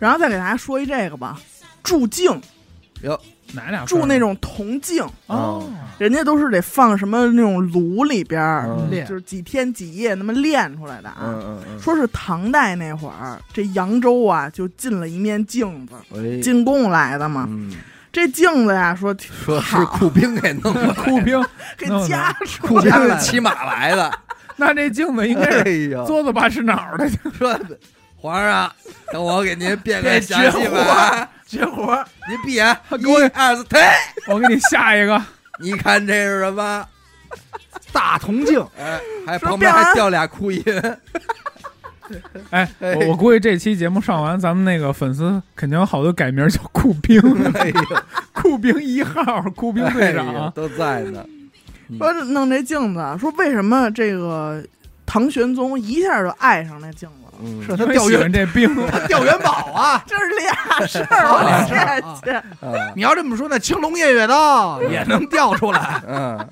Speaker 2: 然后再给大家说一这个吧，铸镜，
Speaker 3: 哪俩
Speaker 2: 铸那种铜镜，
Speaker 3: 哦，
Speaker 2: 人家都是得放什么那种炉里边儿，
Speaker 1: 嗯
Speaker 4: 练
Speaker 2: 就是几天几夜那么炼出来的啊。
Speaker 1: 嗯嗯
Speaker 2: 说是唐代那会儿，这扬州啊就进了一面镜子，
Speaker 1: 嗯，
Speaker 2: 进贡来的嘛。
Speaker 1: 嗯，
Speaker 2: 这镜子呀，说
Speaker 1: 说是库兵给 弄的，
Speaker 3: 酷兵，
Speaker 2: 给
Speaker 3: 弄的
Speaker 2: 夹出
Speaker 1: 库兵
Speaker 2: 来
Speaker 1: 是
Speaker 2: 了，
Speaker 1: 骑马来的。
Speaker 3: 那这镜子应该
Speaker 1: 哎
Speaker 3: 是
Speaker 1: 呦，
Speaker 3: 作子八是哪儿的？
Speaker 1: 说皇上，等我给您变个
Speaker 4: 别
Speaker 1: 小
Speaker 4: 绝
Speaker 1: 戏
Speaker 4: 活
Speaker 1: 法，
Speaker 4: 绝活儿，
Speaker 1: 您闭眼，
Speaker 3: 给我
Speaker 1: 一二三，退。
Speaker 3: 我给你下一个，
Speaker 1: 你看这是什么？
Speaker 4: 大铜镜，
Speaker 1: 哎，还
Speaker 2: 说
Speaker 1: 旁
Speaker 2: 变
Speaker 1: 边
Speaker 2: 完
Speaker 1: 还掉俩哭音，
Speaker 3: 哎，
Speaker 1: 哎
Speaker 3: 我我估计这期节目上完，咱们那个粉丝肯定有好多改名叫酷兵、
Speaker 1: 哎呦，
Speaker 3: 酷兵一号、酷兵队
Speaker 1: 哎呦
Speaker 3: 长，
Speaker 1: 都在呢。
Speaker 2: 说弄这镜子，说为什么这个唐玄宗一下就爱上那镜子了？
Speaker 1: 嗯
Speaker 4: 是他
Speaker 3: 因为
Speaker 4: 钓
Speaker 3: 喜
Speaker 4: 元
Speaker 3: 欢这兵，
Speaker 4: 钓元宝啊！
Speaker 2: 这是俩事儿，我
Speaker 4: 啊
Speaker 2: 天去！
Speaker 1: 啊，
Speaker 4: 你要这么说，那青龙偃月 刀也能钓出来。
Speaker 1: 嗯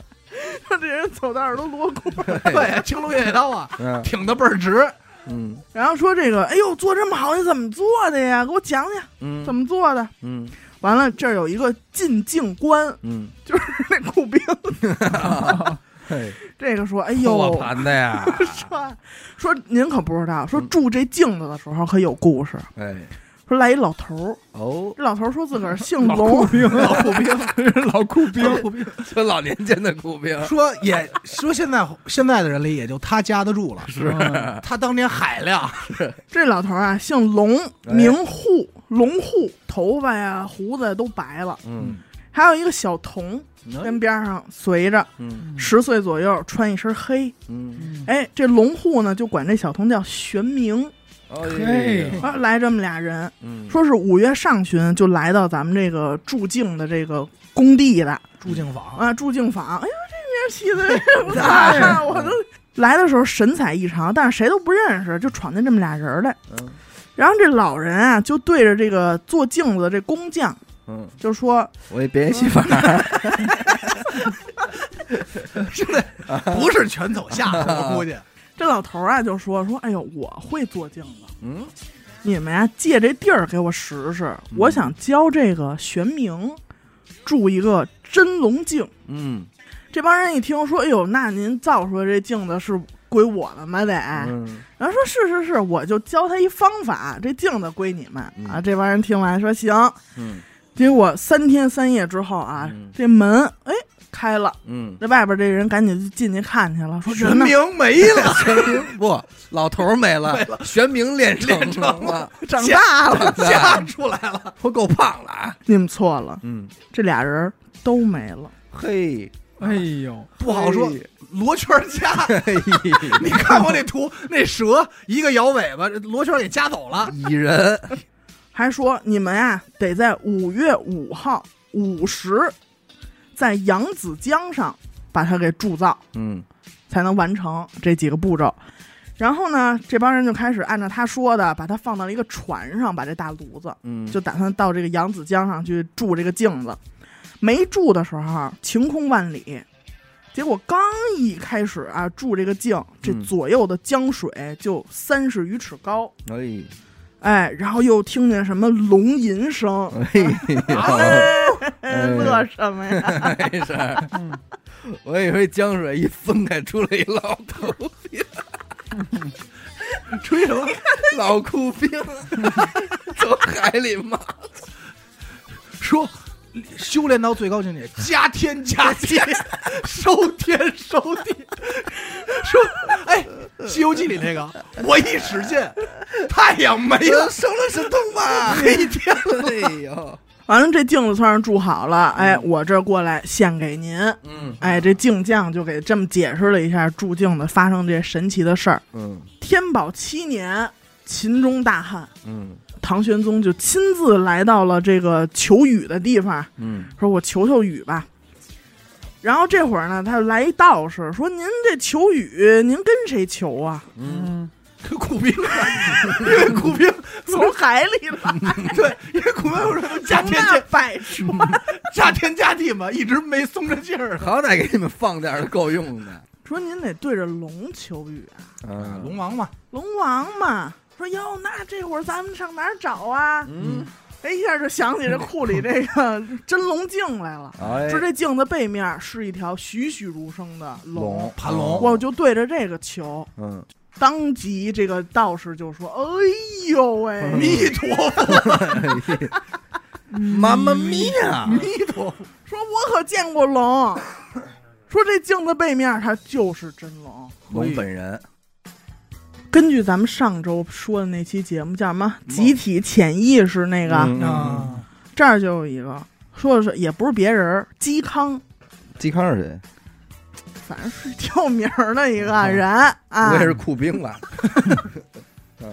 Speaker 2: 说这人走道儿都裸裤，
Speaker 4: 对，青龙偃月刀 啊，
Speaker 1: 嗯
Speaker 4: 挺的倍儿直。
Speaker 1: 嗯
Speaker 2: 然后说这个，哎呦，做这么好，你怎么做的呀？给我讲讲
Speaker 1: 嗯，
Speaker 2: 怎
Speaker 1: 么
Speaker 2: 么做的。
Speaker 1: 嗯
Speaker 2: 完了，这儿有一个进境官，
Speaker 1: 嗯，
Speaker 2: 那酷兵，
Speaker 1: 嘿，
Speaker 2: 这个说，哎
Speaker 1: 我
Speaker 2: 呦，
Speaker 1: 盘的呀，
Speaker 2: 说 说您可不知道，说住这镜子的时候可有故事。
Speaker 1: 哎
Speaker 2: 说来一老头儿，
Speaker 1: 哦，
Speaker 2: 这老头儿说自个儿姓
Speaker 3: 老酷
Speaker 2: 龙，
Speaker 3: 兵，老酷兵，老酷兵，
Speaker 1: 这老年间的酷兵
Speaker 4: 说也说现在现在的人里，也就他夹得住了。嗯
Speaker 3: 是
Speaker 4: 他当年海量，
Speaker 2: 这老头儿啊姓龙，
Speaker 1: 哎
Speaker 2: 名户，龙户，头发呀胡子都白了，
Speaker 1: 嗯
Speaker 2: 还有一个小童跟边上随着，
Speaker 1: 嗯
Speaker 2: 十岁左右，穿一身黑。
Speaker 1: 嗯，
Speaker 2: 哎，这龙户呢就管这小童叫玄明
Speaker 1: 哎
Speaker 3: 嘿
Speaker 1: 呦，
Speaker 2: 啊，来这么俩人，
Speaker 1: 嗯，
Speaker 2: 说是五月上旬就来到咱们这个驻境的这个工地的
Speaker 4: 住净 房，
Speaker 2: 啊驻境坊。哎呦，这名儿起的不错啊，我都
Speaker 1: 嗯
Speaker 2: 来的时候神采异常，但是谁都不认识，就闯进这么俩人来。
Speaker 1: 嗯
Speaker 2: 然后这老人啊，就对着这个做镜子的这工匠
Speaker 1: 嗯，
Speaker 2: 就说
Speaker 1: 我也别戏法，
Speaker 4: 不是全走下，我 估计。：“
Speaker 2: 这老头儿啊，就说说，哎呦，我会做镜子，
Speaker 1: 嗯
Speaker 2: 你们呀、借这地儿给我使使，我想教这个玄明铸一个真龙镜。”
Speaker 1: 嗯
Speaker 2: 这帮人一听说，哎呦，那您造出来这镜子是。归我们嘛得。
Speaker 1: 嗯
Speaker 2: 然后说是是是，我就教他一方法，这镜子归你们
Speaker 1: 嗯
Speaker 2: 啊。这帮人听完说行，
Speaker 1: 嗯
Speaker 2: 结果三天三夜之后啊，
Speaker 1: 嗯
Speaker 2: 这门哎开了，
Speaker 1: 嗯，
Speaker 2: 这外边这人赶紧就进去看去了，说
Speaker 4: 玄
Speaker 2: 人呢？
Speaker 4: 明没 了，
Speaker 5: 玄明不，老头儿没了，玄明练成了，
Speaker 2: 长大了，
Speaker 4: 吓出来了，
Speaker 5: 我够胖了啊！
Speaker 2: 你们错了，
Speaker 1: 嗯，
Speaker 2: 这俩人都没了。
Speaker 5: 嘿，
Speaker 3: 哎呦，
Speaker 4: 不好说。罗圈加，
Speaker 5: 嘿，
Speaker 4: 你看我那图，那蛇一个摇尾巴，罗圈给夹走了。
Speaker 5: 蚁人，
Speaker 2: 还说你们呀、得在五月五号午时，在扬子江上把它给铸造，
Speaker 1: 嗯
Speaker 2: 才能完成这几个步骤。然后呢，这帮人就开始按照他说的，把它放到一个船上，把这大炉子
Speaker 1: 嗯，
Speaker 2: 就打算到这个扬子江上去铸这个镜子。没铸的时候，啊晴空万里。结果刚一开始啊，铸这个镜，这
Speaker 1: 嗯
Speaker 2: 左右的江水就三十余尺高，
Speaker 1: 哎
Speaker 2: 哎，然后又听见什么龙吟声，
Speaker 1: 哎哎
Speaker 2: 乐什么呀？
Speaker 5: 没事儿，我以为江水一分开出来一老头儿，
Speaker 4: 吹什么？
Speaker 5: 老酷兵，从海里冒，
Speaker 4: 说修炼到最高境界，加天加地，收天收地。说，哎，《西游记》里那个，我一使劲，太阳没了，
Speaker 5: 生了神通吧？
Speaker 4: 黑天
Speaker 5: 哎呦，
Speaker 2: 完了，这镜子算是铸好了，哎，我这过来献给您，
Speaker 1: 嗯
Speaker 2: 哎，这镜匠就给这么解释了一下铸镜子发生这神奇的事儿。
Speaker 1: 嗯
Speaker 2: 天宝七年，秦中大旱，
Speaker 1: 嗯
Speaker 2: 唐玄宗就亲自来到了这个求雨的地方，
Speaker 1: 嗯
Speaker 2: 说我求求雨吧。然后这会儿呢，他来一道士说：“您这求雨，您跟谁求啊？
Speaker 1: 嗯
Speaker 3: 嗯，
Speaker 4: 苦兵，因为苦兵，
Speaker 2: 从海里来，
Speaker 4: 对，因为苦兵有什么加天
Speaker 2: 那
Speaker 4: 加
Speaker 2: 百川。
Speaker 4: 加天加地嘛，一直没松着劲儿。
Speaker 5: 好歹给你们放点儿够用的，
Speaker 2: 说您得对着龙求雨啊，
Speaker 1: 啊
Speaker 4: 龙王嘛，
Speaker 2: 龙王嘛。说哟，那这会儿咱们上哪儿找啊？
Speaker 1: 嗯，
Speaker 2: 哎，一下就想起这库里这 个真龙镜来了。
Speaker 1: 哎
Speaker 2: 说这镜子背面是一条栩栩如生的
Speaker 5: 嗯
Speaker 2: 龙，
Speaker 4: 盘龙
Speaker 2: 我就对着这个求。
Speaker 1: 嗯
Speaker 2: 当即这个道士就说：“哎呦喂，
Speaker 1: 嗯
Speaker 4: 弥 陀佛，
Speaker 5: 妈妈咪呀！
Speaker 4: 弥陀佛，
Speaker 2: 说我可见 过龙，说这镜子背面它就是真龙。
Speaker 5: 龙本人，
Speaker 2: 根据咱们上周说的那期节目叫什么“集体潜意识”那个，
Speaker 1: 嗯
Speaker 4: 啊，
Speaker 2: 这儿就有一个说的是也不是别人儿，嵇康，
Speaker 1: 嵇康是谁？
Speaker 2: 反正是挺有名儿的一个
Speaker 4: 哦
Speaker 2: 人
Speaker 5: 我也
Speaker 2: 啊。
Speaker 5: 是酷兵 吧？
Speaker 1: 嗯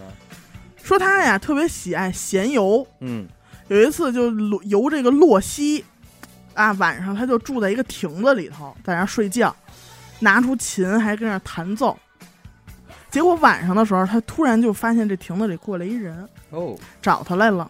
Speaker 2: 说他呀特别喜爱闲游，
Speaker 1: 嗯
Speaker 2: 有一次就路游这个洛溪，啊，晚上他就住在一个亭子里头，在那儿睡觉，拿出琴还跟那儿弹奏。结果晚上的时候，他突然就发现这亭子里过来一人，
Speaker 1: 哦
Speaker 2: 找他来了，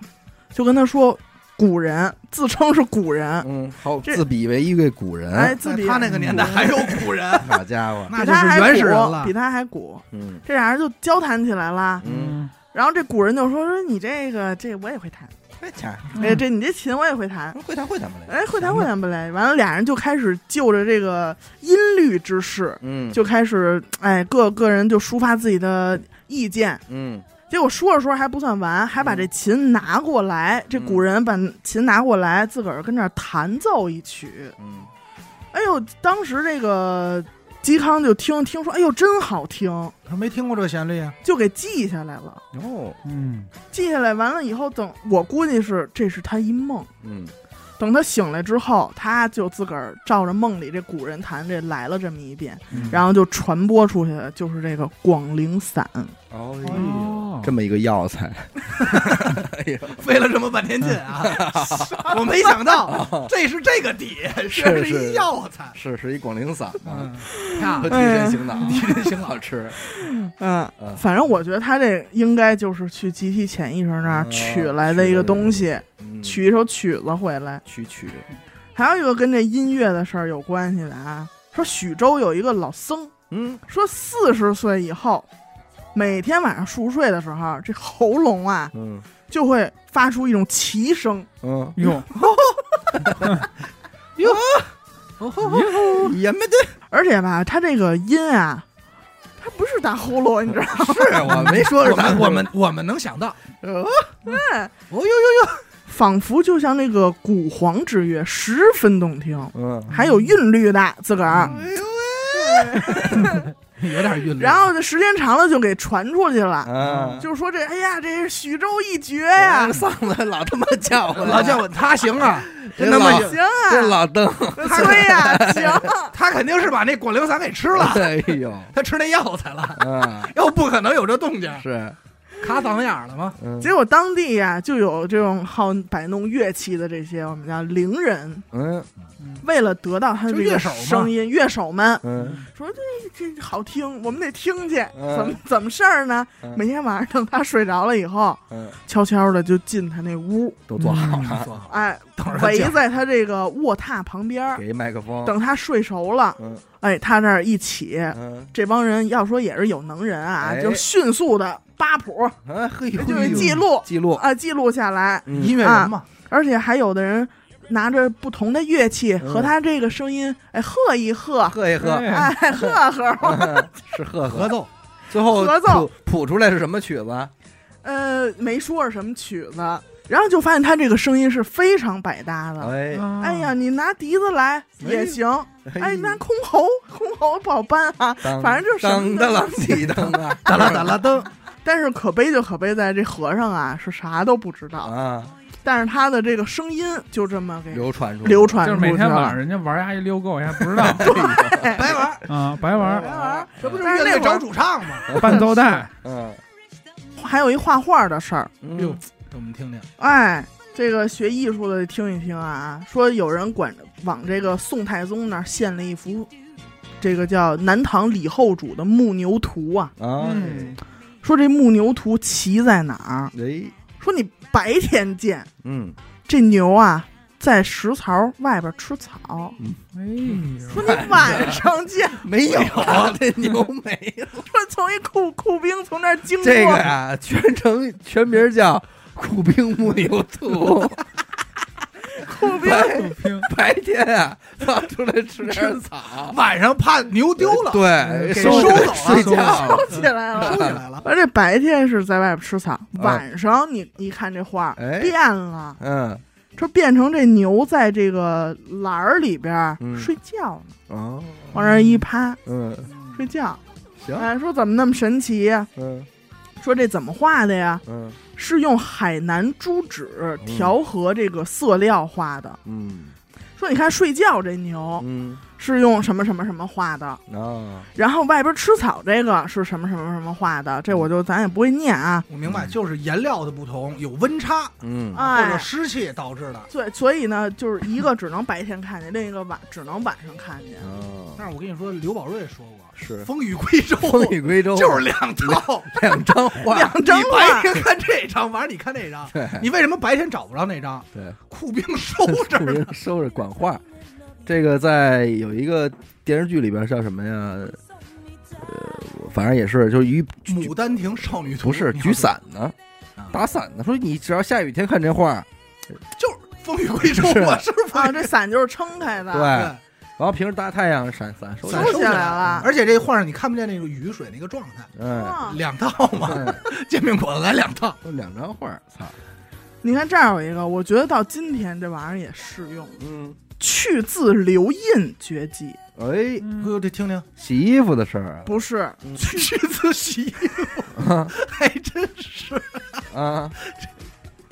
Speaker 2: 就跟他说，古人自称是古人，
Speaker 1: 嗯好
Speaker 2: 这
Speaker 5: 自比为一位古人，
Speaker 2: 哎，自
Speaker 4: 在
Speaker 2: 己
Speaker 4: 嗯他那个年代还有古人，
Speaker 5: 好家 伙，
Speaker 4: 那
Speaker 2: 比
Speaker 4: 就
Speaker 2: 他还古，
Speaker 4: 是
Speaker 2: 啊
Speaker 4: 原始人了
Speaker 2: 比。他还古，
Speaker 1: 嗯
Speaker 2: 这俩人就交谈起来了。
Speaker 1: 嗯
Speaker 3: 嗯，
Speaker 2: 然后这古人就说：“说你这个这我也会弹，
Speaker 1: 哎家
Speaker 3: 嗯
Speaker 1: 伙
Speaker 2: 哎，这你这琴我也会弹，
Speaker 1: 会弹会弹不来
Speaker 2: 哎，会弹会弹不来。”完了，俩人就开始就着这个音律之事，
Speaker 1: 嗯
Speaker 2: 就开始哎各个人就抒发自己的意见。
Speaker 1: 嗯
Speaker 2: 结果说着说着还不算完，还把这琴拿过来，这古人把琴拿过来，自个儿跟那儿弹奏一曲。
Speaker 1: 嗯
Speaker 2: 哎呦，当时这个嵇康就听听说，哎呦真好听，
Speaker 4: 他没听过这旋律啊，
Speaker 2: 就给记下来了。
Speaker 1: 哦
Speaker 3: 嗯，
Speaker 2: 记下来完了以后，等我估计是这是他一梦，
Speaker 1: 嗯
Speaker 2: 等他醒来之后，他就自个儿照着梦里这古人弹这来了这么一遍，
Speaker 3: 嗯
Speaker 2: 然后就传播出去了，就是这个广陵散。
Speaker 1: 哦
Speaker 3: 哦
Speaker 5: 这么一个药材，
Speaker 4: 费了这么半天劲 啊！我没想到这哦是这个底，这
Speaker 1: 是
Speaker 4: 一药 材
Speaker 1: 是是一广陵啊散嘛，
Speaker 3: 嗯
Speaker 4: 呀
Speaker 1: 和。提神醒脑，
Speaker 4: 提神醒脑
Speaker 1: 好吃，
Speaker 2: 嗯
Speaker 1: 嗯，
Speaker 2: 反正我觉得他这应该就是去集体潜意识那儿
Speaker 1: 哦
Speaker 2: 取来的一个东西，
Speaker 1: 嗯
Speaker 2: 嗯取一首曲子回来。
Speaker 1: 曲曲，
Speaker 2: 还有一个跟这音乐的事儿有关系的啊，说许州有一个老僧，
Speaker 1: 嗯
Speaker 2: 说四十岁以后，每天晚上熟睡的时候，这喉咙啊
Speaker 1: 嗯
Speaker 2: 就会发出一种奇声，
Speaker 1: 嗯，
Speaker 3: 哟，
Speaker 1: 也没对，
Speaker 2: 而且吧，它这个音啊，它不是打呼噜，你知道 吗？
Speaker 1: 是我没说
Speaker 4: 我
Speaker 1: 是咱
Speaker 4: 们我们我们能想到，
Speaker 2: 对，
Speaker 4: 呃哦呦呦呦，
Speaker 2: 呃仿佛就像那个古皇之乐，十分动听，
Speaker 1: 嗯，
Speaker 2: 还有韵律的自个儿。
Speaker 4: 哎呦喂， 有点晕了。
Speaker 2: 然后这时间长了就给传出去
Speaker 4: 嗯
Speaker 2: 了，
Speaker 1: 啊，
Speaker 2: 就是说这哎呀，这是徐州一绝
Speaker 1: 哎
Speaker 2: 呀、
Speaker 5: 嗓子老他妈叫唤，
Speaker 4: 老叫我他行啊，
Speaker 5: 这
Speaker 4: 真他妈
Speaker 5: 老
Speaker 4: 行，
Speaker 2: 行啊，
Speaker 5: 这老邓，
Speaker 2: 对呀、行，
Speaker 4: 他肯定是把那广陵散给吃了，
Speaker 5: 哎呦，
Speaker 4: 他吃那药材了，
Speaker 1: 嗯，
Speaker 4: 要不可能有这动静，
Speaker 5: 是
Speaker 4: 卡嗓子眼儿了吗？
Speaker 1: 嗯
Speaker 2: 结果当地呀、就有这种好摆弄乐器的这些我们叫伶人，
Speaker 1: 嗯
Speaker 2: 为了得到他的
Speaker 4: 就
Speaker 2: 这个
Speaker 4: 乐手嘛
Speaker 2: 声音，乐手们
Speaker 1: 嗯
Speaker 2: 说这这好听，我们得听去，
Speaker 1: 嗯
Speaker 2: 怎么怎么事儿呢？
Speaker 1: 嗯
Speaker 2: 每天晚上等他睡着了以后，
Speaker 1: 嗯，
Speaker 2: 悄悄的就进他那屋，
Speaker 5: 都做好
Speaker 3: 嗯
Speaker 5: 了，
Speaker 4: 坐好
Speaker 2: 哎，
Speaker 4: 等着
Speaker 2: 围
Speaker 4: 叫
Speaker 2: 在他这个卧榻旁边儿，
Speaker 1: 嗯给一麦克风，
Speaker 2: 等他睡熟了，
Speaker 1: 嗯
Speaker 2: 哎，他这儿一起，
Speaker 1: 嗯
Speaker 2: 这帮人要说也是有能人啊，
Speaker 1: 哎
Speaker 2: 就迅速的扒谱，
Speaker 1: 啊，嘿呦，
Speaker 2: 就是
Speaker 1: 呦
Speaker 2: 记录
Speaker 1: 记录，
Speaker 2: 啊，记录下来，
Speaker 1: 嗯
Speaker 4: 音乐人嘛，
Speaker 2: 而且还有的人拿着不同的乐器
Speaker 1: 嗯
Speaker 2: 和他这个声音，哎，和一和，
Speaker 1: 喝一喝，
Speaker 3: 哎
Speaker 2: 哎，和和，
Speaker 1: 嗯是喝喝
Speaker 4: 合，奏，
Speaker 1: 最后
Speaker 2: 合奏
Speaker 1: 谱谱出来是什么曲子？
Speaker 2: 呃，没说是什么曲子，然后就发现他这个声音是非常百搭的。
Speaker 1: 哎
Speaker 3: 啊
Speaker 2: 哎呀，，你拿笛子来也行，哎，拿箜篌，箜篌不好搬啊。
Speaker 1: 当
Speaker 2: 反正就什
Speaker 1: 当
Speaker 2: 么
Speaker 1: 的
Speaker 2: 都
Speaker 1: 了，几当啊
Speaker 4: 哒啦哒啦噔，
Speaker 2: 但是可悲就可悲在这和尚啊是啥都不知道，
Speaker 1: 啊，
Speaker 2: 但是他的这当声音就这么给
Speaker 1: 流传出
Speaker 2: 流传
Speaker 3: 就是
Speaker 2: 出
Speaker 3: 每
Speaker 2: 去
Speaker 3: 天晚
Speaker 2: 了
Speaker 3: 上。人家玩儿，还溜够，还不知道
Speaker 4: 哎白玩儿，
Speaker 3: 啊，白玩
Speaker 2: 白
Speaker 3: 儿
Speaker 2: 玩儿，
Speaker 4: 这不就是
Speaker 2: 但是
Speaker 4: 乐
Speaker 2: 那
Speaker 4: 队
Speaker 2: 会
Speaker 4: 找
Speaker 2: 儿
Speaker 4: 主唱吗？
Speaker 3: 伴奏 带，
Speaker 1: 嗯
Speaker 2: 还有一画画的事儿，
Speaker 1: 嗯
Speaker 4: 哟，哎这我们听听，
Speaker 2: 哎，这个学艺术的听一听啊，说有人管往这个宋太宗那儿献了一幅，这个叫南唐李后主的木牛图啊，
Speaker 1: 啊，
Speaker 3: 嗯，
Speaker 2: 说这木牛图奇在哪儿？
Speaker 1: 哎，
Speaker 2: 说你白天见
Speaker 1: 嗯，
Speaker 2: 这牛啊，在食槽外边吃草。
Speaker 3: 哎
Speaker 2: 说
Speaker 3: 呦，
Speaker 2: 你晚上见，
Speaker 1: 没有啊，这牛没了。
Speaker 2: 说从一库库兵从那儿 经过，
Speaker 1: 这个呀，全称全名叫苦兵木牛 图。
Speaker 2: 库兵
Speaker 3: 不听
Speaker 1: 白天啊，放出来吃点草，
Speaker 4: 啊晚上怕牛丢了，
Speaker 1: 对，
Speaker 3: 嗯给
Speaker 1: 哎收
Speaker 4: 收
Speaker 1: 拾
Speaker 4: 走了
Speaker 1: 睡觉了。
Speaker 2: 收起来了
Speaker 4: 收。起来了，
Speaker 2: 而且白天是在外边吃草，晚上你一看这画儿
Speaker 1: 啊哎
Speaker 2: 变了，
Speaker 1: 嗯
Speaker 2: 这变成这牛在这个栏儿里边儿
Speaker 1: 嗯
Speaker 2: 睡觉呢，
Speaker 1: 哦，
Speaker 2: 往那儿一趴
Speaker 1: 嗯，
Speaker 2: 睡觉。
Speaker 1: 行
Speaker 2: 哎，说怎么那么神奇呀？
Speaker 1: 嗯
Speaker 2: 说这怎么画的呀？
Speaker 1: 嗯
Speaker 2: 是用海南猪脂调和这个色料画的。
Speaker 1: 嗯
Speaker 2: 说你看睡觉这牛
Speaker 1: 嗯，
Speaker 2: 是用什么什么什么画的，
Speaker 1: 啊，
Speaker 2: 然后外边吃草这个是什么什么什么画的，这我就咱也不会念啊。
Speaker 4: 我明白，就是颜料的不同，有温差
Speaker 1: 嗯
Speaker 4: 或者
Speaker 2: 哎，
Speaker 4: 湿气导致的。
Speaker 2: 所以所以呢，就是一个只能白天看见，另一个晚只能晚上看见。
Speaker 1: 啊，
Speaker 4: 但是我跟你说，刘宝瑞说过，
Speaker 1: 是
Speaker 4: 风雨归舟，
Speaker 1: 风雨归舟，
Speaker 4: 就是两套。
Speaker 1: 两张画，
Speaker 2: 两
Speaker 4: 你
Speaker 2: 张画
Speaker 4: 白天看这张，晚上你看那张。
Speaker 1: 对
Speaker 4: 你为什么白天找不着那张？
Speaker 1: 对，
Speaker 4: 库兵收着
Speaker 1: 库
Speaker 4: 呢。
Speaker 1: 宾收拾管画。这个在有一个电视剧里边叫什么呀？呃，我反正也是，就是一
Speaker 4: 《牡丹亭少女图》
Speaker 1: 不是
Speaker 4: 你好
Speaker 1: 举伞呢
Speaker 4: 啊，
Speaker 1: 打伞呢。说你只要下雨天看这画，
Speaker 4: 就是风雨归舟嘛，是哎不
Speaker 2: 啊，
Speaker 4: 是？
Speaker 2: 这伞就是撑开的，
Speaker 1: 对。然后平时大太阳闪伞收起来
Speaker 4: 伞
Speaker 2: 收起来了。
Speaker 4: 而且这画上你看不见那个雨水那个状态，
Speaker 1: 哎，
Speaker 2: 啊
Speaker 4: 两套 嘛，
Speaker 1: 哎
Speaker 4: 煎饼果子来两套。
Speaker 1: 都两张画，操，
Speaker 2: 你看这儿有一个，我觉得到今天这玩意儿也适用，
Speaker 1: 嗯，
Speaker 2: 去字留印绝技
Speaker 1: 哎，
Speaker 3: 嗯
Speaker 4: 哎呦，这听听，
Speaker 1: 洗衣服的事儿啊
Speaker 2: 不是
Speaker 4: 去自洗衣服，还真是。
Speaker 1: 啊，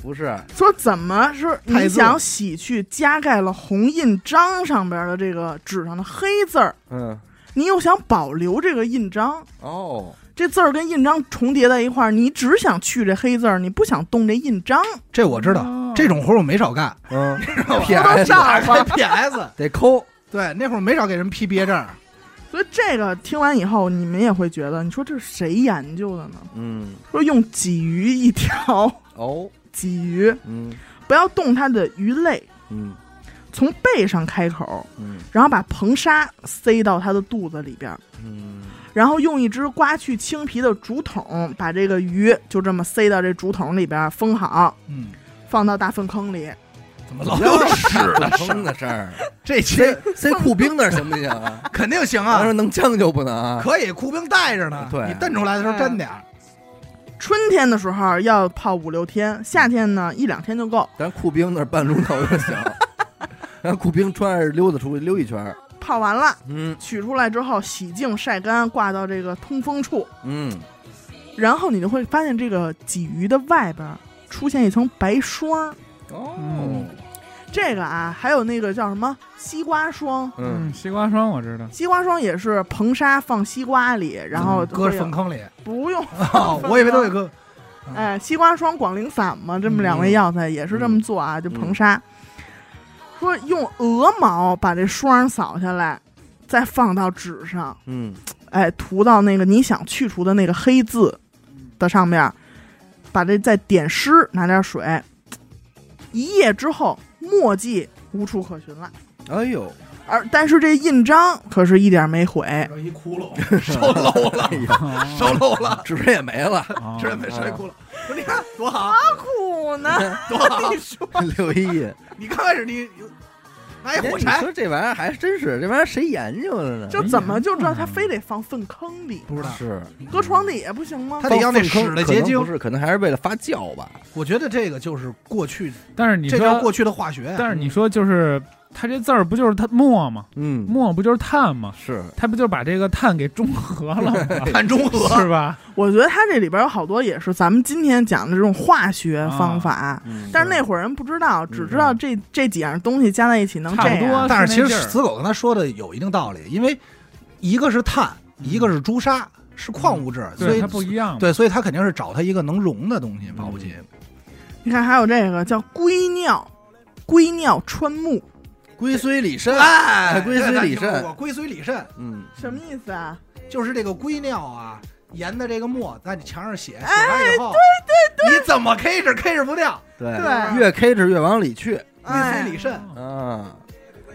Speaker 1: 不是，
Speaker 2: 说怎么是
Speaker 4: 太
Speaker 2: 你
Speaker 4: 字
Speaker 2: 想洗去加盖了红印章上边的这个纸上的黑字儿，
Speaker 1: 嗯，
Speaker 2: 你又想保留这个印章，
Speaker 1: 哦，
Speaker 2: 这字儿跟印章重叠在一块儿，你只想去这黑字儿，你不想动这印章。
Speaker 4: 这我知道，
Speaker 3: 哦
Speaker 4: 这种活儿我没少干。
Speaker 1: 嗯
Speaker 4: P S
Speaker 1: ，PS
Speaker 4: 还 P S，
Speaker 1: 得抠，
Speaker 4: 对，那会儿没少给人批毕业证。
Speaker 2: 所以这个听完以后，你们也会觉得，你说这是谁研究的呢？
Speaker 1: 嗯，
Speaker 2: 说用鲫鱼一条，
Speaker 1: 哦，
Speaker 2: 鲫鱼
Speaker 1: 嗯
Speaker 2: 不要动它的鱼类，
Speaker 1: 嗯
Speaker 2: 从背上开口，
Speaker 1: 嗯
Speaker 2: 然后把硼砂塞到它的肚子里边儿，
Speaker 1: 嗯，
Speaker 2: 然后用一只刮去青皮的竹筒把这个鱼就这么塞到这竹筒里边儿封好，
Speaker 4: 嗯，
Speaker 2: 放到大粪坑里。
Speaker 4: 怎么老
Speaker 1: 有
Speaker 4: 屎
Speaker 1: 的风的事儿，
Speaker 4: 这期
Speaker 1: 塞塞库冰那儿行不行啊？
Speaker 4: 肯定行
Speaker 1: 他
Speaker 4: 啊
Speaker 1: 说，能将就不能啊？
Speaker 4: 可以，库冰带着呢。
Speaker 1: 对
Speaker 4: 你瞪出来的时候沾点儿。
Speaker 2: 春天的时候要泡五六天，夏天呢一两天就够。
Speaker 1: 咱库冰那儿半钟头就行，让库冰穿着溜达出去溜一圈儿。
Speaker 2: 泡完了，
Speaker 1: 嗯
Speaker 2: 取出来之后洗净晒干，挂到这个通风处，
Speaker 1: 嗯，
Speaker 2: 然后你就会发现这个鲫鱼的外边儿出现一层白霜儿。
Speaker 1: 哦，
Speaker 3: 嗯
Speaker 2: 这个啊，还有那个叫什么西瓜霜，
Speaker 1: 嗯
Speaker 3: 嗯，西瓜霜我知道，
Speaker 2: 西瓜霜也是硼砂放西瓜里，然后
Speaker 4: 搁
Speaker 2: 会有
Speaker 4: 粪坑里，
Speaker 2: 不用
Speaker 4: 哦我以为都得搁。
Speaker 2: 哎，西瓜霜、广陵散嘛，这么两味药材也是这么做啊，就硼砂。说用鹅毛把这霜扫下来，再放到纸上，
Speaker 1: 嗯，
Speaker 2: 哎，涂到那个你想去除的那个黑字的上面，把这再点湿，拿点水，一夜之后墨迹无处可寻了。
Speaker 1: 哎呦，
Speaker 2: 而但是这印章可是一点没毁，
Speaker 4: 一窟窿， 烧漏了，
Speaker 3: 哦
Speaker 4: 烧漏了，
Speaker 1: 纸也没了，
Speaker 3: 哦
Speaker 4: 这没摔窟窿。说你看多好，
Speaker 2: 苦呢。
Speaker 4: 多好！
Speaker 1: 刘一。
Speaker 4: 你刚开始你拿一火
Speaker 1: 哎你
Speaker 4: 柴，
Speaker 1: 说这玩意儿还真是，这玩意儿谁研究的呢？
Speaker 2: 就怎么就知道他非得放粪坑里？
Speaker 4: 不知道。
Speaker 1: 是
Speaker 2: 搁床底下不行吗
Speaker 4: 他？得要那屎的结
Speaker 1: 可能
Speaker 4: 晶
Speaker 1: 不。是，可能还是为了发酵吧。
Speaker 4: 我觉得这个就是过去，
Speaker 3: 但是你
Speaker 4: 这叫
Speaker 3: 说，
Speaker 4: 过去的化学。
Speaker 3: 但是你说就是它这字儿不就是它墨吗？
Speaker 1: 嗯，
Speaker 3: 墨不就是碳吗？
Speaker 1: 是
Speaker 3: 它不就把这个碳给中和了吗？
Speaker 4: 碳嗯中和，
Speaker 3: 是吧？
Speaker 2: 我觉得他这里边有好多也是咱们今天讲的这种化学方法，
Speaker 1: 嗯
Speaker 2: 但是那会儿人不知道，只知道这、这几样东西加在一起能这
Speaker 3: 差不
Speaker 2: 样。
Speaker 3: 多
Speaker 4: 但是其
Speaker 3: 是那
Speaker 4: 实
Speaker 3: 劲儿
Speaker 4: 死狗跟他说的有一定道理，因为一个是碳，一个是朱砂，是矿物质，
Speaker 3: 嗯
Speaker 4: 所
Speaker 3: 对，
Speaker 4: 以
Speaker 3: 它不一样嘛。嗯
Speaker 4: 对，所以他肯定是找他一个能溶的东西，跑不进。
Speaker 2: 你看还有这个叫龟尿，龟尿穿木，
Speaker 1: 龟虽里 参，
Speaker 4: 哎
Speaker 1: 龟虽里
Speaker 4: 这咱听
Speaker 1: 参
Speaker 4: 说过龟虽里肾
Speaker 1: 嗯，
Speaker 2: 什么意思啊？
Speaker 4: 就是这个龟尿啊，研的这个墨在你墙上写，写完以后，对对对，你怎么 K 是 K 是不掉，
Speaker 1: 对
Speaker 2: 对
Speaker 1: 越 K 是越往里去
Speaker 4: 龟
Speaker 2: 哎
Speaker 4: 虽里肾，
Speaker 3: 哦
Speaker 1: 啊。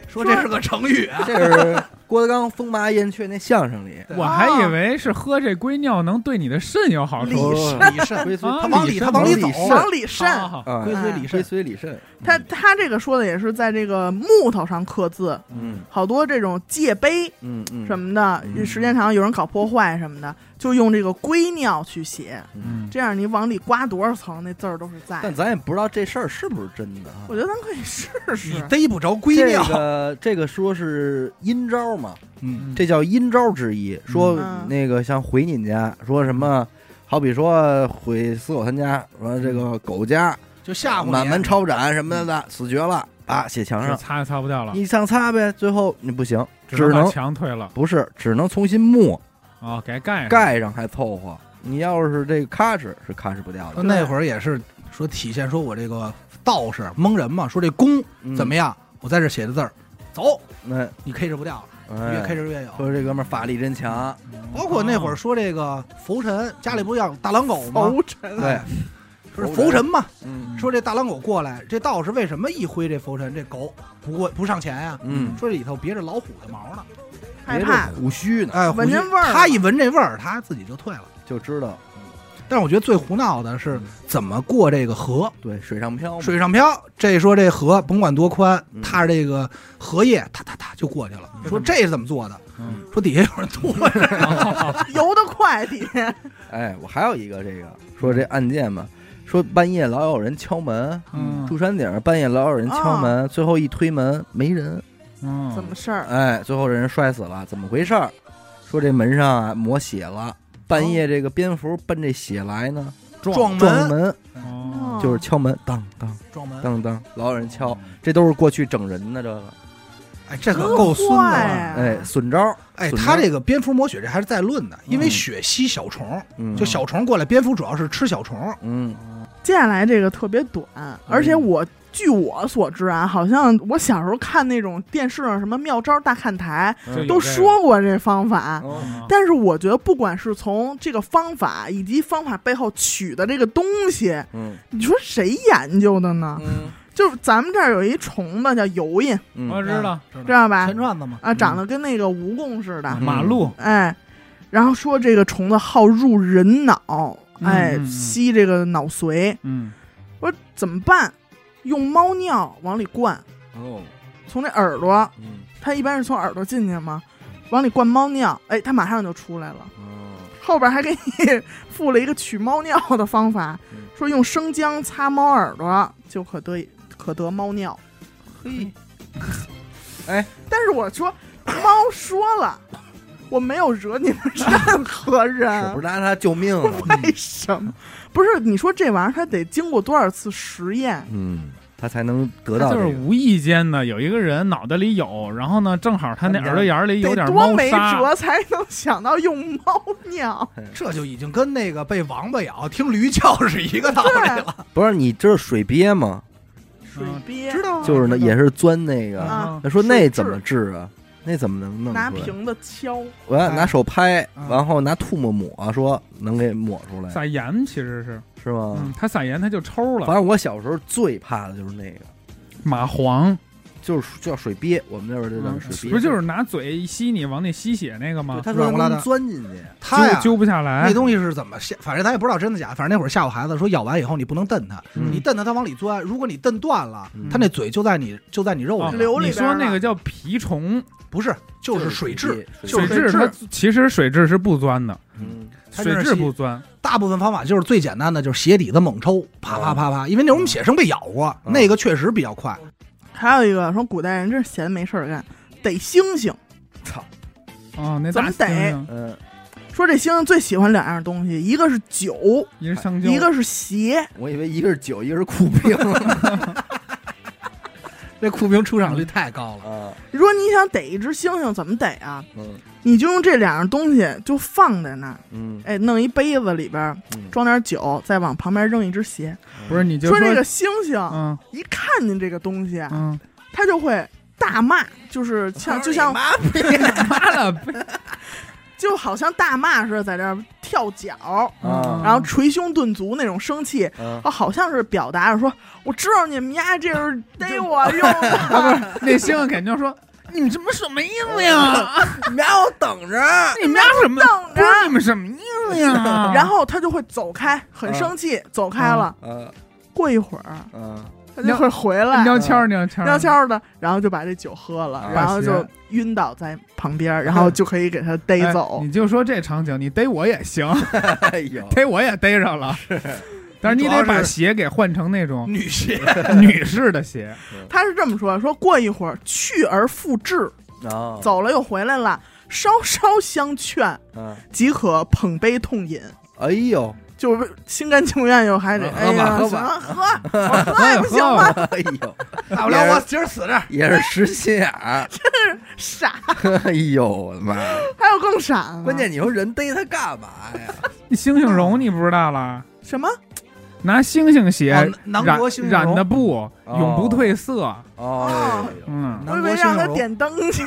Speaker 4: 说这是个成语啊。
Speaker 1: 这是郭德纲风麻燕雀那相声里，
Speaker 3: 我还以为是喝这龟尿能对你的肾有好处。
Speaker 1: 肾
Speaker 4: 里肾，
Speaker 1: 龟虽
Speaker 3: 啊
Speaker 4: 他往里他往里走
Speaker 2: 往里
Speaker 3: 好好
Speaker 2: 渗。
Speaker 3: 好
Speaker 1: 哦啊，
Speaker 4: 龟虽里
Speaker 1: 龟
Speaker 4: 肾，
Speaker 1: 虽里参，
Speaker 2: 他他这个说的也是在这个木头上刻字，
Speaker 1: 嗯
Speaker 2: 好多这种界碑
Speaker 1: 嗯嗯，
Speaker 2: 什么的，
Speaker 1: 嗯
Speaker 2: 时间长有人搞破坏什么的，就用这个龟尿去写，
Speaker 3: 嗯，
Speaker 2: 这样你往里刮多少层，那字儿都是在
Speaker 1: 但
Speaker 2: 的。
Speaker 1: 咱也不知道这事儿是不是真的啊
Speaker 2: 哎我。觉得咱可以试
Speaker 4: 你
Speaker 2: 试。
Speaker 4: 逮不着龟
Speaker 1: 这
Speaker 4: 尿，
Speaker 1: 个这个说是阴招嘛，
Speaker 4: 嗯，
Speaker 1: 这叫阴招之一。说
Speaker 2: 嗯
Speaker 1: 那个像回你家，说什么，好比说回死狗他家，说这个狗家
Speaker 4: 就吓唬你。
Speaker 1: 满门抄斩什么的，死绝了啊，写墙
Speaker 3: 是
Speaker 1: 上，
Speaker 3: 擦也擦不掉了，
Speaker 1: 你上擦呗，最后你不行，只
Speaker 3: 能把
Speaker 1: 能
Speaker 3: 墙推了
Speaker 1: 不是，只能重新木
Speaker 3: 啊，给盖上。
Speaker 1: 盖上还凑合。你要是这个咔哧是咔哧不掉的，
Speaker 4: 那会儿也是说体现说我这个道士蒙人嘛，说这弓
Speaker 1: 嗯哎
Speaker 4: 怎么？样，我在这写的字儿，走，
Speaker 1: 那
Speaker 4: 你 K 是不掉了，越
Speaker 1: 越
Speaker 4: K 是越有。
Speaker 1: 说这哥们儿法力真强，
Speaker 3: 啊
Speaker 4: 包括
Speaker 3: 哦
Speaker 4: 那会儿说这个浮尘，家里不养大狼狗吗？哎
Speaker 2: 头尘
Speaker 1: 对，
Speaker 4: 说是浮尘嘛，
Speaker 1: 嗯
Speaker 4: 说这大狼狗过来，这道士为什么一挥这浮尘，这狗不过不上前呀、
Speaker 1: 嗯，
Speaker 4: 说这里头别着老虎的毛呢，
Speaker 2: 害
Speaker 1: 别这
Speaker 2: 怕，
Speaker 1: 胡须呢
Speaker 4: 哎，
Speaker 2: 闻
Speaker 4: 回去
Speaker 2: 着味儿
Speaker 4: 他一闻这味儿，他自己就退了。
Speaker 1: 就知道，
Speaker 4: 但是我觉得最胡闹的是怎么过这个河，
Speaker 1: 对，水上漂嘛，
Speaker 4: 水上漂。这说这河甭管多宽
Speaker 1: 嗯，
Speaker 4: 踏着这个荷叶，踏踏踏就过去了。说这是怎么做的？
Speaker 3: 嗯
Speaker 4: 说底下有人拖着，
Speaker 2: 游得快点。
Speaker 1: 哎，我还有一个这个说这案件嘛，说半夜老有人敲门，
Speaker 3: 嗯
Speaker 1: 住山顶儿半夜老有人敲门，最后一推门没人，
Speaker 3: 嗯，
Speaker 2: 怎么事儿？
Speaker 1: 哎，最后这人摔死了，怎么回事儿？说这门上啊抹血了，半夜这个蝙蝠奔这血来呢，
Speaker 4: 撞
Speaker 1: 撞
Speaker 4: 门，
Speaker 1: 门
Speaker 3: 哦
Speaker 1: 就是敲门，当当
Speaker 4: 撞门。嗯
Speaker 1: 当当，老有人敲，这都是过去整人的这个，
Speaker 4: 哎，这可够孙子
Speaker 2: 啊
Speaker 4: 了。
Speaker 1: 哎，损招儿，
Speaker 4: 哎，
Speaker 1: 损
Speaker 4: 他
Speaker 1: 招
Speaker 4: 这个蝙蝠抹血这还是在论的，因为
Speaker 1: 嗯
Speaker 4: 血吸小虫，
Speaker 1: 嗯
Speaker 4: 就小虫过来，蝙蝠主要是吃小虫。
Speaker 1: 嗯
Speaker 2: 接下来这个特别短，而且我据我所知啊，好像我小时候看那种电视上什么妙招大看台
Speaker 3: 这有
Speaker 2: 都说过这方法。
Speaker 3: 这个
Speaker 1: 哦
Speaker 3: 嗯
Speaker 2: 但是我觉得，不管是从这个方法以及方法背后取的这个东西，
Speaker 1: 嗯
Speaker 2: 你说谁研究的呢？
Speaker 1: 嗯
Speaker 2: 就是咱们这儿有一虫子叫油印，
Speaker 3: 哦
Speaker 1: 嗯，
Speaker 3: 我知道
Speaker 4: 知
Speaker 2: 知道吧
Speaker 4: 钱？串子嘛，
Speaker 2: 啊，长得跟那个蜈蚣似的，
Speaker 1: 嗯
Speaker 3: 马路
Speaker 2: 哎，然后说这个虫子好入人脑，
Speaker 3: 嗯
Speaker 2: 哎，
Speaker 3: 嗯嗯
Speaker 2: 吸这个脑髓，
Speaker 3: 嗯
Speaker 2: 我说怎么办？用猫尿往里灌，
Speaker 1: 哦，
Speaker 2: 从那耳朵，
Speaker 1: 嗯，
Speaker 2: 它一般是从耳朵进去嘛，往里灌猫尿，哎，它马上就出来了。
Speaker 1: 哦，
Speaker 2: 后边还给你附了一个取猫尿的方法
Speaker 1: 嗯，
Speaker 2: 说用生姜擦猫耳朵就可得可得猫尿。 哎
Speaker 1: 嘿，
Speaker 2: 但是我说，猫说了，我没有惹你们任何
Speaker 1: 是不
Speaker 2: 人
Speaker 1: 是，拿他救命啊了？
Speaker 2: 为什么？不是你说这玩意儿，它得经过多少次实验？
Speaker 1: 嗯，他才能得
Speaker 3: 他
Speaker 1: 到
Speaker 3: 就
Speaker 1: 这
Speaker 3: 是
Speaker 1: 个。
Speaker 3: 无意间的，有一个人脑袋里有，然后呢，正好他
Speaker 1: 他
Speaker 3: 那
Speaker 1: 们家
Speaker 3: 耳朵眼儿 里有
Speaker 2: 得
Speaker 3: 点
Speaker 2: 多
Speaker 3: 猫
Speaker 2: 没
Speaker 3: 砂，
Speaker 2: 辙啊才能想到用猫 尿？
Speaker 4: 这就已经跟那个被王八咬、听驴叫是一个道理了。
Speaker 1: 不是你知道水鳖吗？
Speaker 2: 水鳖
Speaker 4: 知道啊
Speaker 1: 就是呢，
Speaker 4: 知道
Speaker 1: 也是钻那个。
Speaker 3: 嗯
Speaker 2: 啊
Speaker 1: 他说那
Speaker 2: 是
Speaker 1: 怎么治啊？那怎么能弄
Speaker 2: 拿
Speaker 1: 出来？
Speaker 2: 瓶子敲，
Speaker 1: 我要拿手拍，
Speaker 3: 啊
Speaker 1: 然后拿唾沫抹，说能给抹出来，
Speaker 3: 撒盐其实是，
Speaker 1: 是吗
Speaker 3: 哎嗯？，他撒盐他就抽
Speaker 1: 反
Speaker 3: 了，
Speaker 1: 正我小时候最怕的就是那个，
Speaker 3: 蚂蟥
Speaker 1: 就是叫水鳖，我们那边就叫
Speaker 3: 嗯
Speaker 1: 水鳖。
Speaker 3: 不是就是拿嘴一吸你往里吸血那个
Speaker 1: 对
Speaker 3: 吗？
Speaker 1: 他说
Speaker 4: 软乎拉
Speaker 1: 能
Speaker 4: 的
Speaker 1: 钻进去，
Speaker 4: 他呀
Speaker 3: 揪，揪不下来
Speaker 1: 哎
Speaker 4: 那，东西是怎么吓？反正咱也不知道真的假的。反正那会儿吓唬孩子说，咬完以后你不能蹬它，
Speaker 1: 嗯
Speaker 4: 你蹬它它往里钻。如果你蹬断了
Speaker 1: 嗯，啊
Speaker 4: 它那嘴就在你就在你肉
Speaker 3: 哦
Speaker 4: 里，
Speaker 2: 流里
Speaker 3: 你
Speaker 2: 边
Speaker 3: 说
Speaker 2: 儿
Speaker 3: 那
Speaker 2: 了
Speaker 3: 个叫蜱虫，
Speaker 4: 不是就是
Speaker 1: 水
Speaker 4: 水蛭。
Speaker 1: 鳖，
Speaker 3: 水
Speaker 4: 就是
Speaker 3: 蛭
Speaker 4: 水
Speaker 3: 它
Speaker 4: 蛭
Speaker 3: 其实水蛭是不钻的，
Speaker 1: 嗯
Speaker 4: 它
Speaker 3: 水
Speaker 4: 就是
Speaker 3: 蛭
Speaker 4: 吸
Speaker 3: 不钻，
Speaker 4: 大部分方法就是最简单的，就是鞋底子猛抽，啪啪啪啪。因为那时候我们血生被咬过，
Speaker 1: 嗯
Speaker 4: 那个确实比较快。
Speaker 2: 还有一个说古代人真是闲得没事儿干，逮猩猩。
Speaker 3: 哦，那
Speaker 2: 怎
Speaker 3: 大
Speaker 2: 么逮
Speaker 3: 猩猩
Speaker 1: 嗯，
Speaker 2: 说这猩猩最喜欢两样东西，一个是酒，
Speaker 3: 一是香蕉，
Speaker 2: 一个是鞋。
Speaker 1: 我以为一个是酒，一个是酷冰
Speaker 4: 那酷兵出场率太 高了，
Speaker 1: 啊，
Speaker 2: 如果你想逮一只猩猩，怎么逮啊？
Speaker 1: 嗯
Speaker 2: 你就用这两样东西就放在那儿，
Speaker 1: 嗯
Speaker 2: 哎，弄一杯子里边儿
Speaker 1: 嗯
Speaker 2: 装点酒，再往旁边扔一只鞋。
Speaker 3: 不是你就
Speaker 2: 说这个猩猩
Speaker 3: 嗯
Speaker 2: 一看见这个东西，
Speaker 3: 嗯，
Speaker 2: 它就会大骂，就是像就像
Speaker 3: 妈了，
Speaker 2: 就好像大骂似的，在这儿跳脚，
Speaker 3: 嗯
Speaker 1: 啊
Speaker 2: 然后捶胸顿足那种生气。
Speaker 1: 啊，
Speaker 2: 哦，好像是表达着说，我知道你们家这 是逮我用的，
Speaker 3: 那猩猩肯定说。你们什么什么意 思呀？
Speaker 1: 你们让我等着，
Speaker 3: 你们家什么？
Speaker 2: 等
Speaker 3: 不是你
Speaker 2: 着。
Speaker 3: 们什么啊意思呀？
Speaker 2: 然后他就会走开，
Speaker 3: 嗯
Speaker 2: 很生气，走开了。
Speaker 1: 嗯
Speaker 2: 过一会儿，
Speaker 1: 嗯，
Speaker 2: 他就会回来，
Speaker 3: 蔫悄儿蔫悄儿
Speaker 2: 悄悄的，然后就把这酒喝了，
Speaker 1: 啊
Speaker 2: 然后就晕倒在旁边，然后就可以给他逮
Speaker 3: 哎
Speaker 2: 走。
Speaker 3: 你就说这场景，你逮我也行，
Speaker 1: 哎呦，
Speaker 3: 逮我也逮上了。但是你得
Speaker 4: 主要
Speaker 3: 把
Speaker 4: 是
Speaker 3: 鞋给换成那种
Speaker 4: 女鞋。
Speaker 3: 女士的鞋，
Speaker 2: 他是这么说：说过一会儿去而复至，
Speaker 1: 啊，
Speaker 2: 走了又回来了，稍稍相劝
Speaker 1: 嗯，
Speaker 2: 即可捧杯痛饮。
Speaker 1: 哎呦，
Speaker 2: 就是心甘情愿又还得
Speaker 1: 喝
Speaker 2: 哎呀，
Speaker 1: 啊吧喝
Speaker 2: 行
Speaker 1: 吧
Speaker 2: 喝，我喝也不行吗？
Speaker 3: 啊
Speaker 1: 哎呦，
Speaker 4: 大不了我今儿死这儿。
Speaker 1: 也是实心眼儿，
Speaker 2: 傻，
Speaker 1: 哎呦我的妈！
Speaker 2: 还有更啊傻的。
Speaker 1: 关键你说人逮他干嘛呀？
Speaker 3: 那猩猩绒你不知道了？
Speaker 2: 什么？
Speaker 3: 拿猩猩鞋
Speaker 4: 哦
Speaker 3: 染
Speaker 4: 南南国猩猩绒
Speaker 3: 染的布，
Speaker 1: 哦
Speaker 3: 永不褪色。
Speaker 1: 哦，
Speaker 3: 嗯，
Speaker 2: 我以为让他点灯去，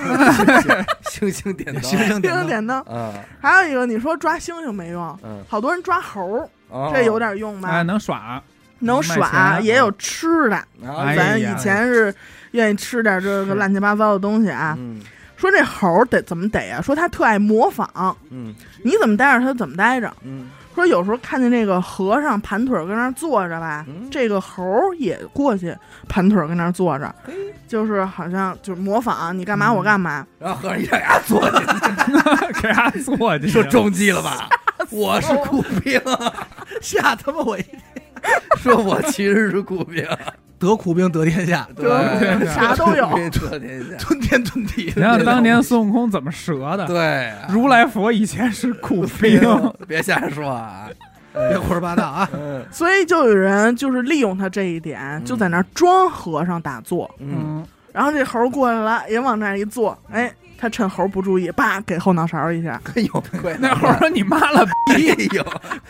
Speaker 1: 星星点头，
Speaker 4: 星星
Speaker 2: 给
Speaker 4: 点
Speaker 2: 他
Speaker 4: 灯，
Speaker 2: 点灯。
Speaker 1: 啊，
Speaker 2: 还有一个，你说抓猩猩没用，
Speaker 1: 嗯，
Speaker 2: 好多人抓猴，
Speaker 1: 哦
Speaker 2: 这有点用吧？
Speaker 3: 哎，能耍。
Speaker 2: 能
Speaker 3: 卖
Speaker 2: 耍，
Speaker 3: 钱
Speaker 2: 也有吃的。
Speaker 1: 啊哎呀
Speaker 2: 咱以前是愿意吃点这
Speaker 3: 是
Speaker 2: 个乱七八糟的东西啊。
Speaker 1: 嗯
Speaker 2: 说这猴儿得怎么逮啊？说它特爱模仿，
Speaker 1: 嗯
Speaker 2: 你怎么待着它怎么待着。
Speaker 1: 嗯
Speaker 2: 说有时候看见那个和尚盘腿儿跟那儿坐着吧，
Speaker 1: 嗯
Speaker 2: 这个猴儿也过去盘腿儿跟那儿坐着，就是好像就是模仿你干嘛我干嘛。
Speaker 1: 然后和尚一咬牙坐进去，
Speaker 3: 给他做进 去，
Speaker 1: 说中计了吧？我是酷兵，
Speaker 4: 吓他妈我一！
Speaker 1: 说我其实是酷兵，
Speaker 4: 得苦兵得天下，
Speaker 3: 对对对
Speaker 2: 啥都有
Speaker 1: 酷兵得天 下，
Speaker 4: 吞天吞地。
Speaker 3: 你看当年孙悟空怎么折的？
Speaker 1: 对啊，
Speaker 3: 如来佛以前是苦兵
Speaker 1: 兵，别瞎说啊，
Speaker 4: 别胡说八道啊！
Speaker 1: 嗯
Speaker 2: 所以就有人就是利用他这一点，就在那儿装和尚打坐。
Speaker 1: 嗯，
Speaker 3: 嗯，
Speaker 2: 然后这猴儿过来了，也往那儿一坐，哎，他趁猴儿不注意，叭给后脑勺儿一 下。
Speaker 1: 哎呦，怪
Speaker 3: 那会儿说你妈了，
Speaker 1: 哎呦，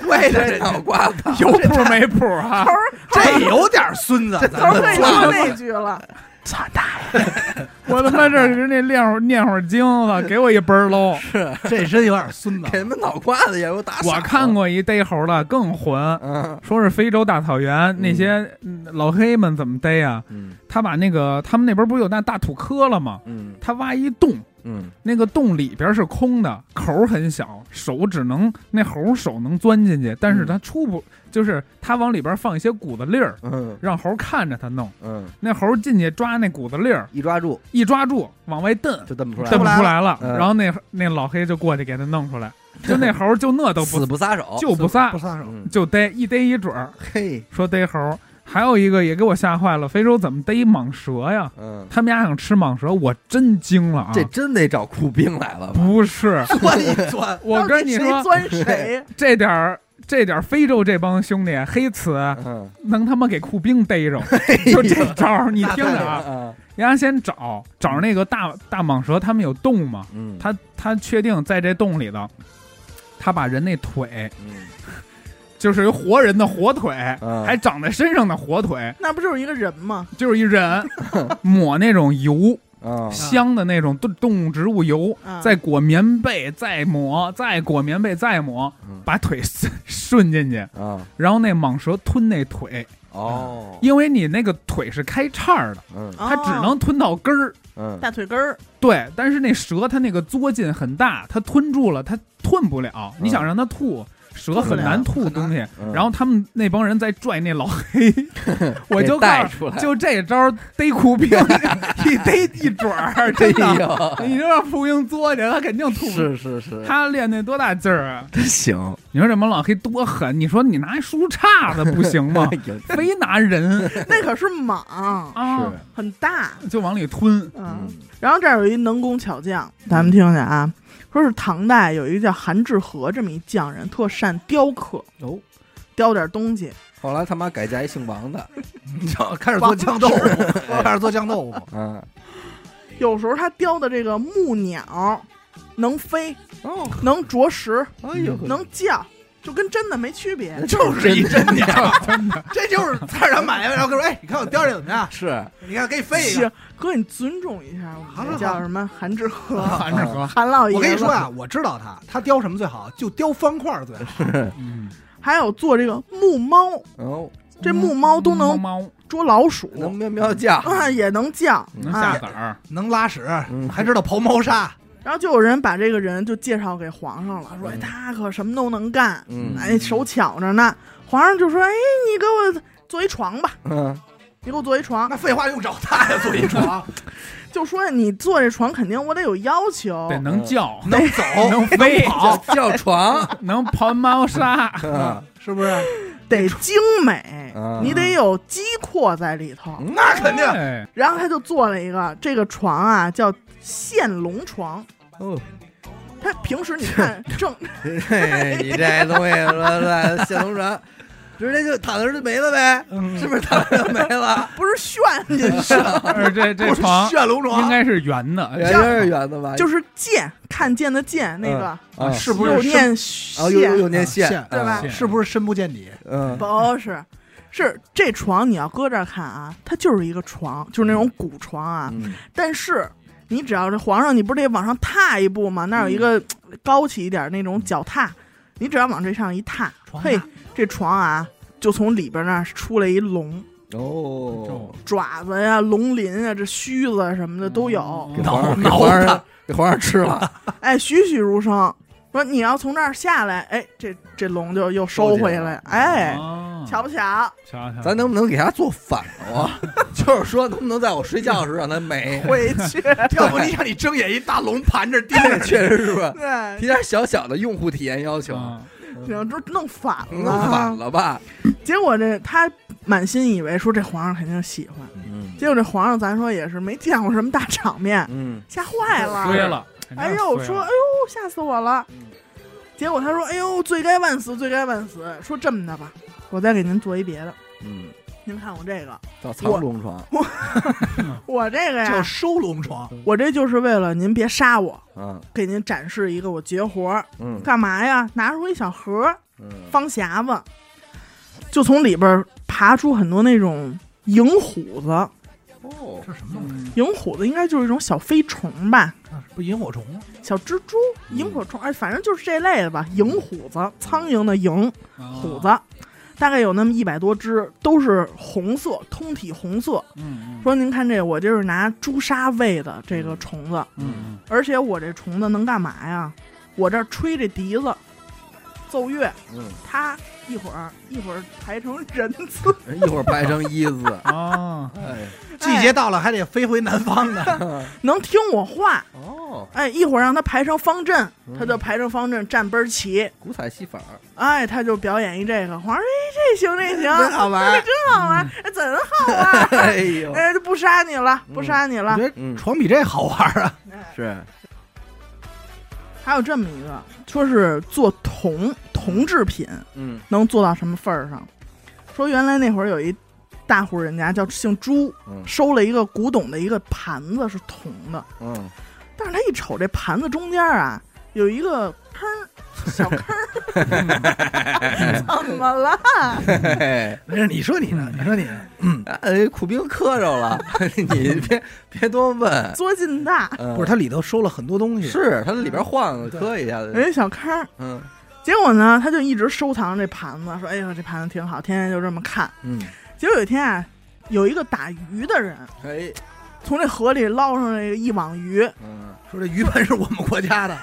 Speaker 1: 怪的脑瓜子，
Speaker 3: 有谱没谱啊？
Speaker 2: 猴儿
Speaker 4: 这有点孙子，
Speaker 2: 猴
Speaker 4: 咱
Speaker 2: 儿
Speaker 4: 们
Speaker 2: 会
Speaker 4: 说
Speaker 2: 说那句了，操大爷！
Speaker 3: 我他妈这是那念会儿念会儿经了，给我一本儿喽。
Speaker 4: 这真有点孙
Speaker 1: 给他
Speaker 4: 子。
Speaker 1: 们脑瓜子也给我打傻了
Speaker 3: 我看，过一逮猴的更混，
Speaker 1: 嗯
Speaker 3: 说是非洲大草原那些嗯老黑们怎么逮啊？
Speaker 1: 嗯
Speaker 3: 他把那个他们那边不是有那大土坷了吗？
Speaker 1: 嗯
Speaker 3: 他挖一洞，
Speaker 1: 嗯
Speaker 3: 那个洞里边是空的，口儿很小，手只能那猴手能钻进去，
Speaker 2: 嗯
Speaker 3: 但是他出不，就是他往里边放一些骨子粒儿，
Speaker 1: 嗯
Speaker 3: 让猴看着他弄。
Speaker 1: 嗯，
Speaker 3: 那猴进去抓那骨子粒儿，
Speaker 1: 一抓住
Speaker 3: 一抓住往外蹬，
Speaker 1: 就蹬不出来
Speaker 3: 蹬不
Speaker 1: 了，
Speaker 3: 出来了。
Speaker 1: 嗯
Speaker 3: 然后那那老黑就过去给他弄出来，就那猴就那都不
Speaker 5: 死不撒手，
Speaker 3: 就不撒
Speaker 4: 不，撒手，
Speaker 1: 嗯
Speaker 3: 就逮一逮一准儿，
Speaker 1: 嘿，
Speaker 3: 说逮猴。还有一个也给我吓坏了，非洲怎么逮一蟒蛇呀？
Speaker 1: 嗯，
Speaker 3: 他们家想吃蟒蛇，我真惊了啊！
Speaker 1: 这真得找库兵来了吧？
Speaker 3: 不是，
Speaker 4: 钻一钻，
Speaker 3: 我跟你
Speaker 2: 到
Speaker 3: 说
Speaker 2: 底谁，钻 谁，
Speaker 3: 这点儿这点儿非洲这帮兄弟黑瓷
Speaker 1: 嗯，
Speaker 3: 能他妈给库兵逮着，就这招儿，你听着啊！
Speaker 1: 啊，
Speaker 3: 人家先找找那个大大蟒蛇，他们有洞吗？
Speaker 1: 嗯，
Speaker 3: 他他确定在这洞里头，他把人那腿
Speaker 1: 嗯
Speaker 3: 就是一活人的火腿，
Speaker 1: 嗯
Speaker 3: 还长在身上的火腿，
Speaker 2: 那不就是一个人吗？
Speaker 3: 就是 一人抹那种油
Speaker 1: 啊，
Speaker 3: 香的那种动动物植物油，
Speaker 2: 啊，
Speaker 3: 再裹棉被，再抹，再裹棉被，再抹
Speaker 1: 嗯，
Speaker 3: 把腿 顺进去，
Speaker 1: 啊，
Speaker 3: 然后那蟒蛇吞那腿，
Speaker 1: 哦，
Speaker 3: 因为你那个腿是开叉儿的，
Speaker 1: 嗯
Speaker 3: 它只
Speaker 2: 哦
Speaker 3: 能吞到根儿。
Speaker 1: 嗯
Speaker 2: 大腿根儿，
Speaker 3: 对，但是那蛇它那个嘬劲很大，它吞住了，它吞不了。你想让它吐，蛇很难吐东西。
Speaker 1: 嗯
Speaker 3: 然后他们那帮人在拽那老黑， 我就
Speaker 5: 给带
Speaker 3: 告
Speaker 5: 出来
Speaker 3: 诉，就这招儿逮库兵，一逮一准儿，真的。
Speaker 5: 哎
Speaker 3: 你就让库兵嘬去，他肯定吐
Speaker 5: 呦，
Speaker 3: 不出。
Speaker 5: 是是是，
Speaker 3: 他练那多大劲儿啊！
Speaker 5: 真行，
Speaker 3: 你说这帮老黑多狠，你说你拿一树杈子不行
Speaker 1: 哎
Speaker 3: 吗？非拿人
Speaker 2: 那可是蟒，
Speaker 3: 啊，
Speaker 2: 很大。
Speaker 3: 就往里吞。
Speaker 2: 嗯，然后这儿有一能工巧匠，咱们听听啊，说是唐代有一个叫韩志和这么一匠人，特善雕刻，
Speaker 1: 哦，
Speaker 2: 雕点东西。
Speaker 1: 后来他妈改嫁一姓王 的，
Speaker 4: 哦开始做酱豆腐， 开始做酱豆腐，
Speaker 1: 嗯，
Speaker 2: 有时候他雕的这个木鸟能飞，
Speaker 1: 哦，
Speaker 2: 能啄食，
Speaker 1: 哎呦，
Speaker 2: 能叫，就跟真的没区别。
Speaker 4: 就是一真鸟，这就是菜市场买的，然后跟我说，哎，你看我叼这怎么样？
Speaker 1: 是
Speaker 4: 你看给你飞一
Speaker 2: 行
Speaker 4: 个。，
Speaker 2: 哥，你尊重一下我们
Speaker 4: 好
Speaker 2: 这
Speaker 4: 好
Speaker 2: 叫什么韩志和
Speaker 3: 含 着喝，
Speaker 2: 韩老爷。
Speaker 4: 我跟你说，啊，我知道他，他叼什么最好，就叼方块儿最 好。
Speaker 3: 嗯，
Speaker 2: 还有做这个木猫，
Speaker 1: 哦，
Speaker 2: 这木猫都能
Speaker 3: 猫猫
Speaker 2: 捉老鼠，
Speaker 1: 能喵喵 叫，
Speaker 2: 啊也能叫
Speaker 3: 能下
Speaker 2: 啊。
Speaker 3: 崽儿，
Speaker 4: 能拉屎
Speaker 1: 嗯，
Speaker 4: 还知道刨猫砂，
Speaker 2: 然后就有人把这个人就介绍给皇上了，说哎
Speaker 1: 嗯
Speaker 2: 他可什么都能干，
Speaker 1: 嗯
Speaker 2: 哎手巧着呢。皇上就说：“哎，你给我做一床吧，
Speaker 1: 嗯
Speaker 2: 你给我做一床
Speaker 4: 那。废话用找他呀，做一床
Speaker 2: 就说你做这床肯定我得有要求
Speaker 3: 得，能
Speaker 2: 哦
Speaker 3: 叫，
Speaker 4: 能 走
Speaker 3: 能 飞，
Speaker 4: 跑，
Speaker 1: 叫床，
Speaker 3: 能刨猫砂，
Speaker 1: 嗯
Speaker 4: 是不是？
Speaker 2: 得精美
Speaker 1: 啊，
Speaker 2: 你得有机括在里头。
Speaker 1: 嗯
Speaker 4: 那肯定
Speaker 3: 哎
Speaker 2: 然后他就做了一个这个床啊，叫现龙床。
Speaker 1: 哦，
Speaker 2: 他平时你看正
Speaker 1: 嘿，你这东西说的现龙船，直接就躺那儿就没了呗，是不是躺那儿就没 了？
Speaker 2: 不是炫进去，
Speaker 3: 而这这床
Speaker 4: 旋龙
Speaker 2: 啊
Speaker 3: 应
Speaker 4: 床，
Speaker 3: 该是圆的，
Speaker 2: 哎
Speaker 1: 圆圆圆的吧？
Speaker 2: 就是是见看见的见那个，
Speaker 1: 啊，
Speaker 4: 是不
Speaker 2: 又
Speaker 4: 是
Speaker 2: 念
Speaker 4: 深
Speaker 1: 啊，又又
Speaker 2: 现
Speaker 1: 又念线，
Speaker 4: 线
Speaker 2: 对吧
Speaker 1: 嗯
Speaker 4: 是不是深不见底？
Speaker 1: 嗯，
Speaker 2: 不是，是这床你要搁这儿看啊，它就是一个床，就是那种古床啊，
Speaker 1: 嗯
Speaker 2: 但是。你只要是皇上，你不是得往上踏一步吗？那儿有一个高起一点那种脚踏，你只要往这上一踏，
Speaker 4: 床
Speaker 2: 嘿
Speaker 4: 踏，
Speaker 2: 这床啊，就从里边那儿出来一龙，
Speaker 1: 哦，
Speaker 2: 爪子呀、龙鳞呀、这须子啊什么的都有，
Speaker 1: 给
Speaker 3: 脑
Speaker 1: 皇上给
Speaker 4: 脑
Speaker 1: 皇上给皇上吃了，
Speaker 2: 哎，栩栩如生。说你要从这儿下来，哎，这这龙就又收回来，哎，
Speaker 3: 哦
Speaker 2: 巧不巧？
Speaker 3: 瞧嗯瞧，
Speaker 1: 咱能不能给他做反了 啊？就是说，能不能在我睡觉的时候让他 没？
Speaker 2: 回去，
Speaker 4: 要不你让你睁眼一大龙盘着盯 着
Speaker 1: 这确实是不是提
Speaker 2: 对，
Speaker 1: 点小小的用户体验要求，
Speaker 3: 嗯
Speaker 2: 然后就弄反了。
Speaker 1: 弄反了吧？
Speaker 2: 结果这他满心以为说这皇上肯定喜欢，
Speaker 1: 嗯
Speaker 2: 结果这皇上咱说也是没见过什么大场面，
Speaker 1: 嗯
Speaker 2: 吓坏了，
Speaker 3: 衰了，
Speaker 2: 哎呦，说哎呦，吓死我了。结果他说：“哎呦，罪该万死，罪该万死。”说这么的吧，我再给您做一别的。
Speaker 1: 嗯，
Speaker 2: 您看我这个，
Speaker 1: 到藏龙床
Speaker 2: 我这个
Speaker 4: 叫
Speaker 2: 呀，
Speaker 4: 收龙床，
Speaker 2: 我这就是为了您别杀我，
Speaker 1: 啊，
Speaker 2: 给您展示一个我绝活儿。
Speaker 1: 嗯
Speaker 2: 干嘛呀？拿出一小盒儿
Speaker 1: 嗯
Speaker 2: 方匣子，就从里边儿爬出很多那种萤虎子。
Speaker 1: 哦，
Speaker 4: 这是什么东西？
Speaker 3: 嗯
Speaker 2: 萤虎子应该就是一种小飞虫吧，
Speaker 4: 那是啊不是萤火虫？
Speaker 2: 小蜘蛛、哎
Speaker 3: 哦
Speaker 2: 萤火虫，哎，反正就是这类的吧。萤虎子，苍蝇的萤。虎子，大概有那么一百多只，都是红色，通体红色。
Speaker 3: 嗯
Speaker 2: 说您看这，我这是拿朱砂喂的这个虫子，
Speaker 3: 嗯
Speaker 2: 而且我这虫子能干嘛呀？我这儿吹这笛子，奏乐，
Speaker 1: 嗯，
Speaker 2: 它一会儿一会儿排成人字，
Speaker 1: 一会儿掰成一字，
Speaker 3: 嗯，哦，
Speaker 1: 哎，
Speaker 4: 季节到了还得飞回南方呢。
Speaker 2: 能听我话。
Speaker 1: 哦，
Speaker 2: 哎，一会儿让它排成方阵，它就
Speaker 1: 嗯
Speaker 2: 排成方阵站倍儿齐。
Speaker 1: 古彩戏法，
Speaker 2: 哎，他就表演一这个，皇上哎，这行这行，
Speaker 1: 真好玩 嗯
Speaker 2: 哎真好玩，哎怎么 好玩？
Speaker 1: 哎呦，
Speaker 2: 哎，就不杀你了，不杀你
Speaker 4: 我
Speaker 2: 了。哎
Speaker 4: 觉得
Speaker 1: 嗯，
Speaker 4: 床比这好玩啊！
Speaker 1: 是，
Speaker 2: 还有这么一个，说是做铜铜制品
Speaker 1: 嗯
Speaker 2: 能做到什么份儿上？说原来那会儿有一大户人家叫姓朱，
Speaker 1: 嗯
Speaker 2: 收了一个古董的一个盘子是铜的，
Speaker 1: 嗯，
Speaker 2: 但是他一瞅这盘子中间啊有一个坑儿，小坑儿，怎么了？
Speaker 1: 嘿嘿。
Speaker 4: 没事，你说你呢？你说你呢？
Speaker 1: 哎，苦兵磕着了，你别别多问。
Speaker 2: 作劲大，
Speaker 1: 嗯
Speaker 4: 不是，它里头收了很多东西。，
Speaker 1: 是它里边晃了磕一下
Speaker 2: 有
Speaker 1: 子，
Speaker 2: 一小坑儿。
Speaker 1: 嗯
Speaker 2: 结果呢，他就一直收藏这盘子，说：“哎呦，这盘子挺好，天天就这么看。
Speaker 1: 嗯，”
Speaker 2: 结果有一天啊，有一个打鱼的人
Speaker 1: 哎，
Speaker 2: 从这河里捞上来一网鱼，
Speaker 1: 嗯
Speaker 4: 说这鱼盆是我们国家的，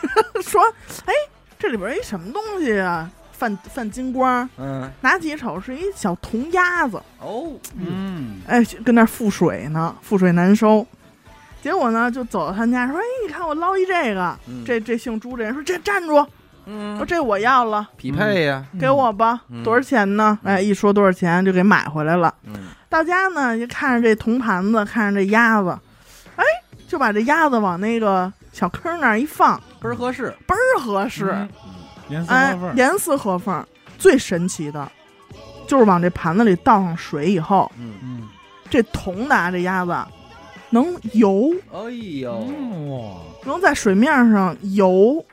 Speaker 2: 说：“哎，这里边一什么东西啊？泛泛金光，
Speaker 1: 嗯，
Speaker 2: 拿起一瞅是一小铜鸭子，
Speaker 1: 哦，
Speaker 3: 嗯，
Speaker 2: 哎，跟那儿覆水呢，覆水难收。”结果呢，就走到他们家说：“哎，你看我捞一这个。
Speaker 1: 嗯
Speaker 2: 这这姓朱这人说：“这站住！说
Speaker 1: 嗯，
Speaker 2: 这我要了，
Speaker 1: 匹配呀，
Speaker 2: 给我吧，
Speaker 1: 嗯
Speaker 2: 多少钱呢？”哎，一说多少钱就给买回来了。
Speaker 1: 嗯
Speaker 2: 到家呢，就看着这铜盘子，看着这鸭子，哎，就把这鸭子往那个小坑那儿一放，
Speaker 1: 倍儿合适，
Speaker 2: 倍儿合适，
Speaker 3: 嗯严丝
Speaker 2: 哎
Speaker 3: 合缝，儿，
Speaker 2: 严丝合缝。最神奇的，就是往这盘子里倒上水以后，
Speaker 1: 嗯，
Speaker 3: 嗯，
Speaker 2: 这铜的啊这鸭子能游，
Speaker 1: 哎
Speaker 2: 哦
Speaker 1: 呦，
Speaker 3: 嗯哇，
Speaker 2: 能在水面上游，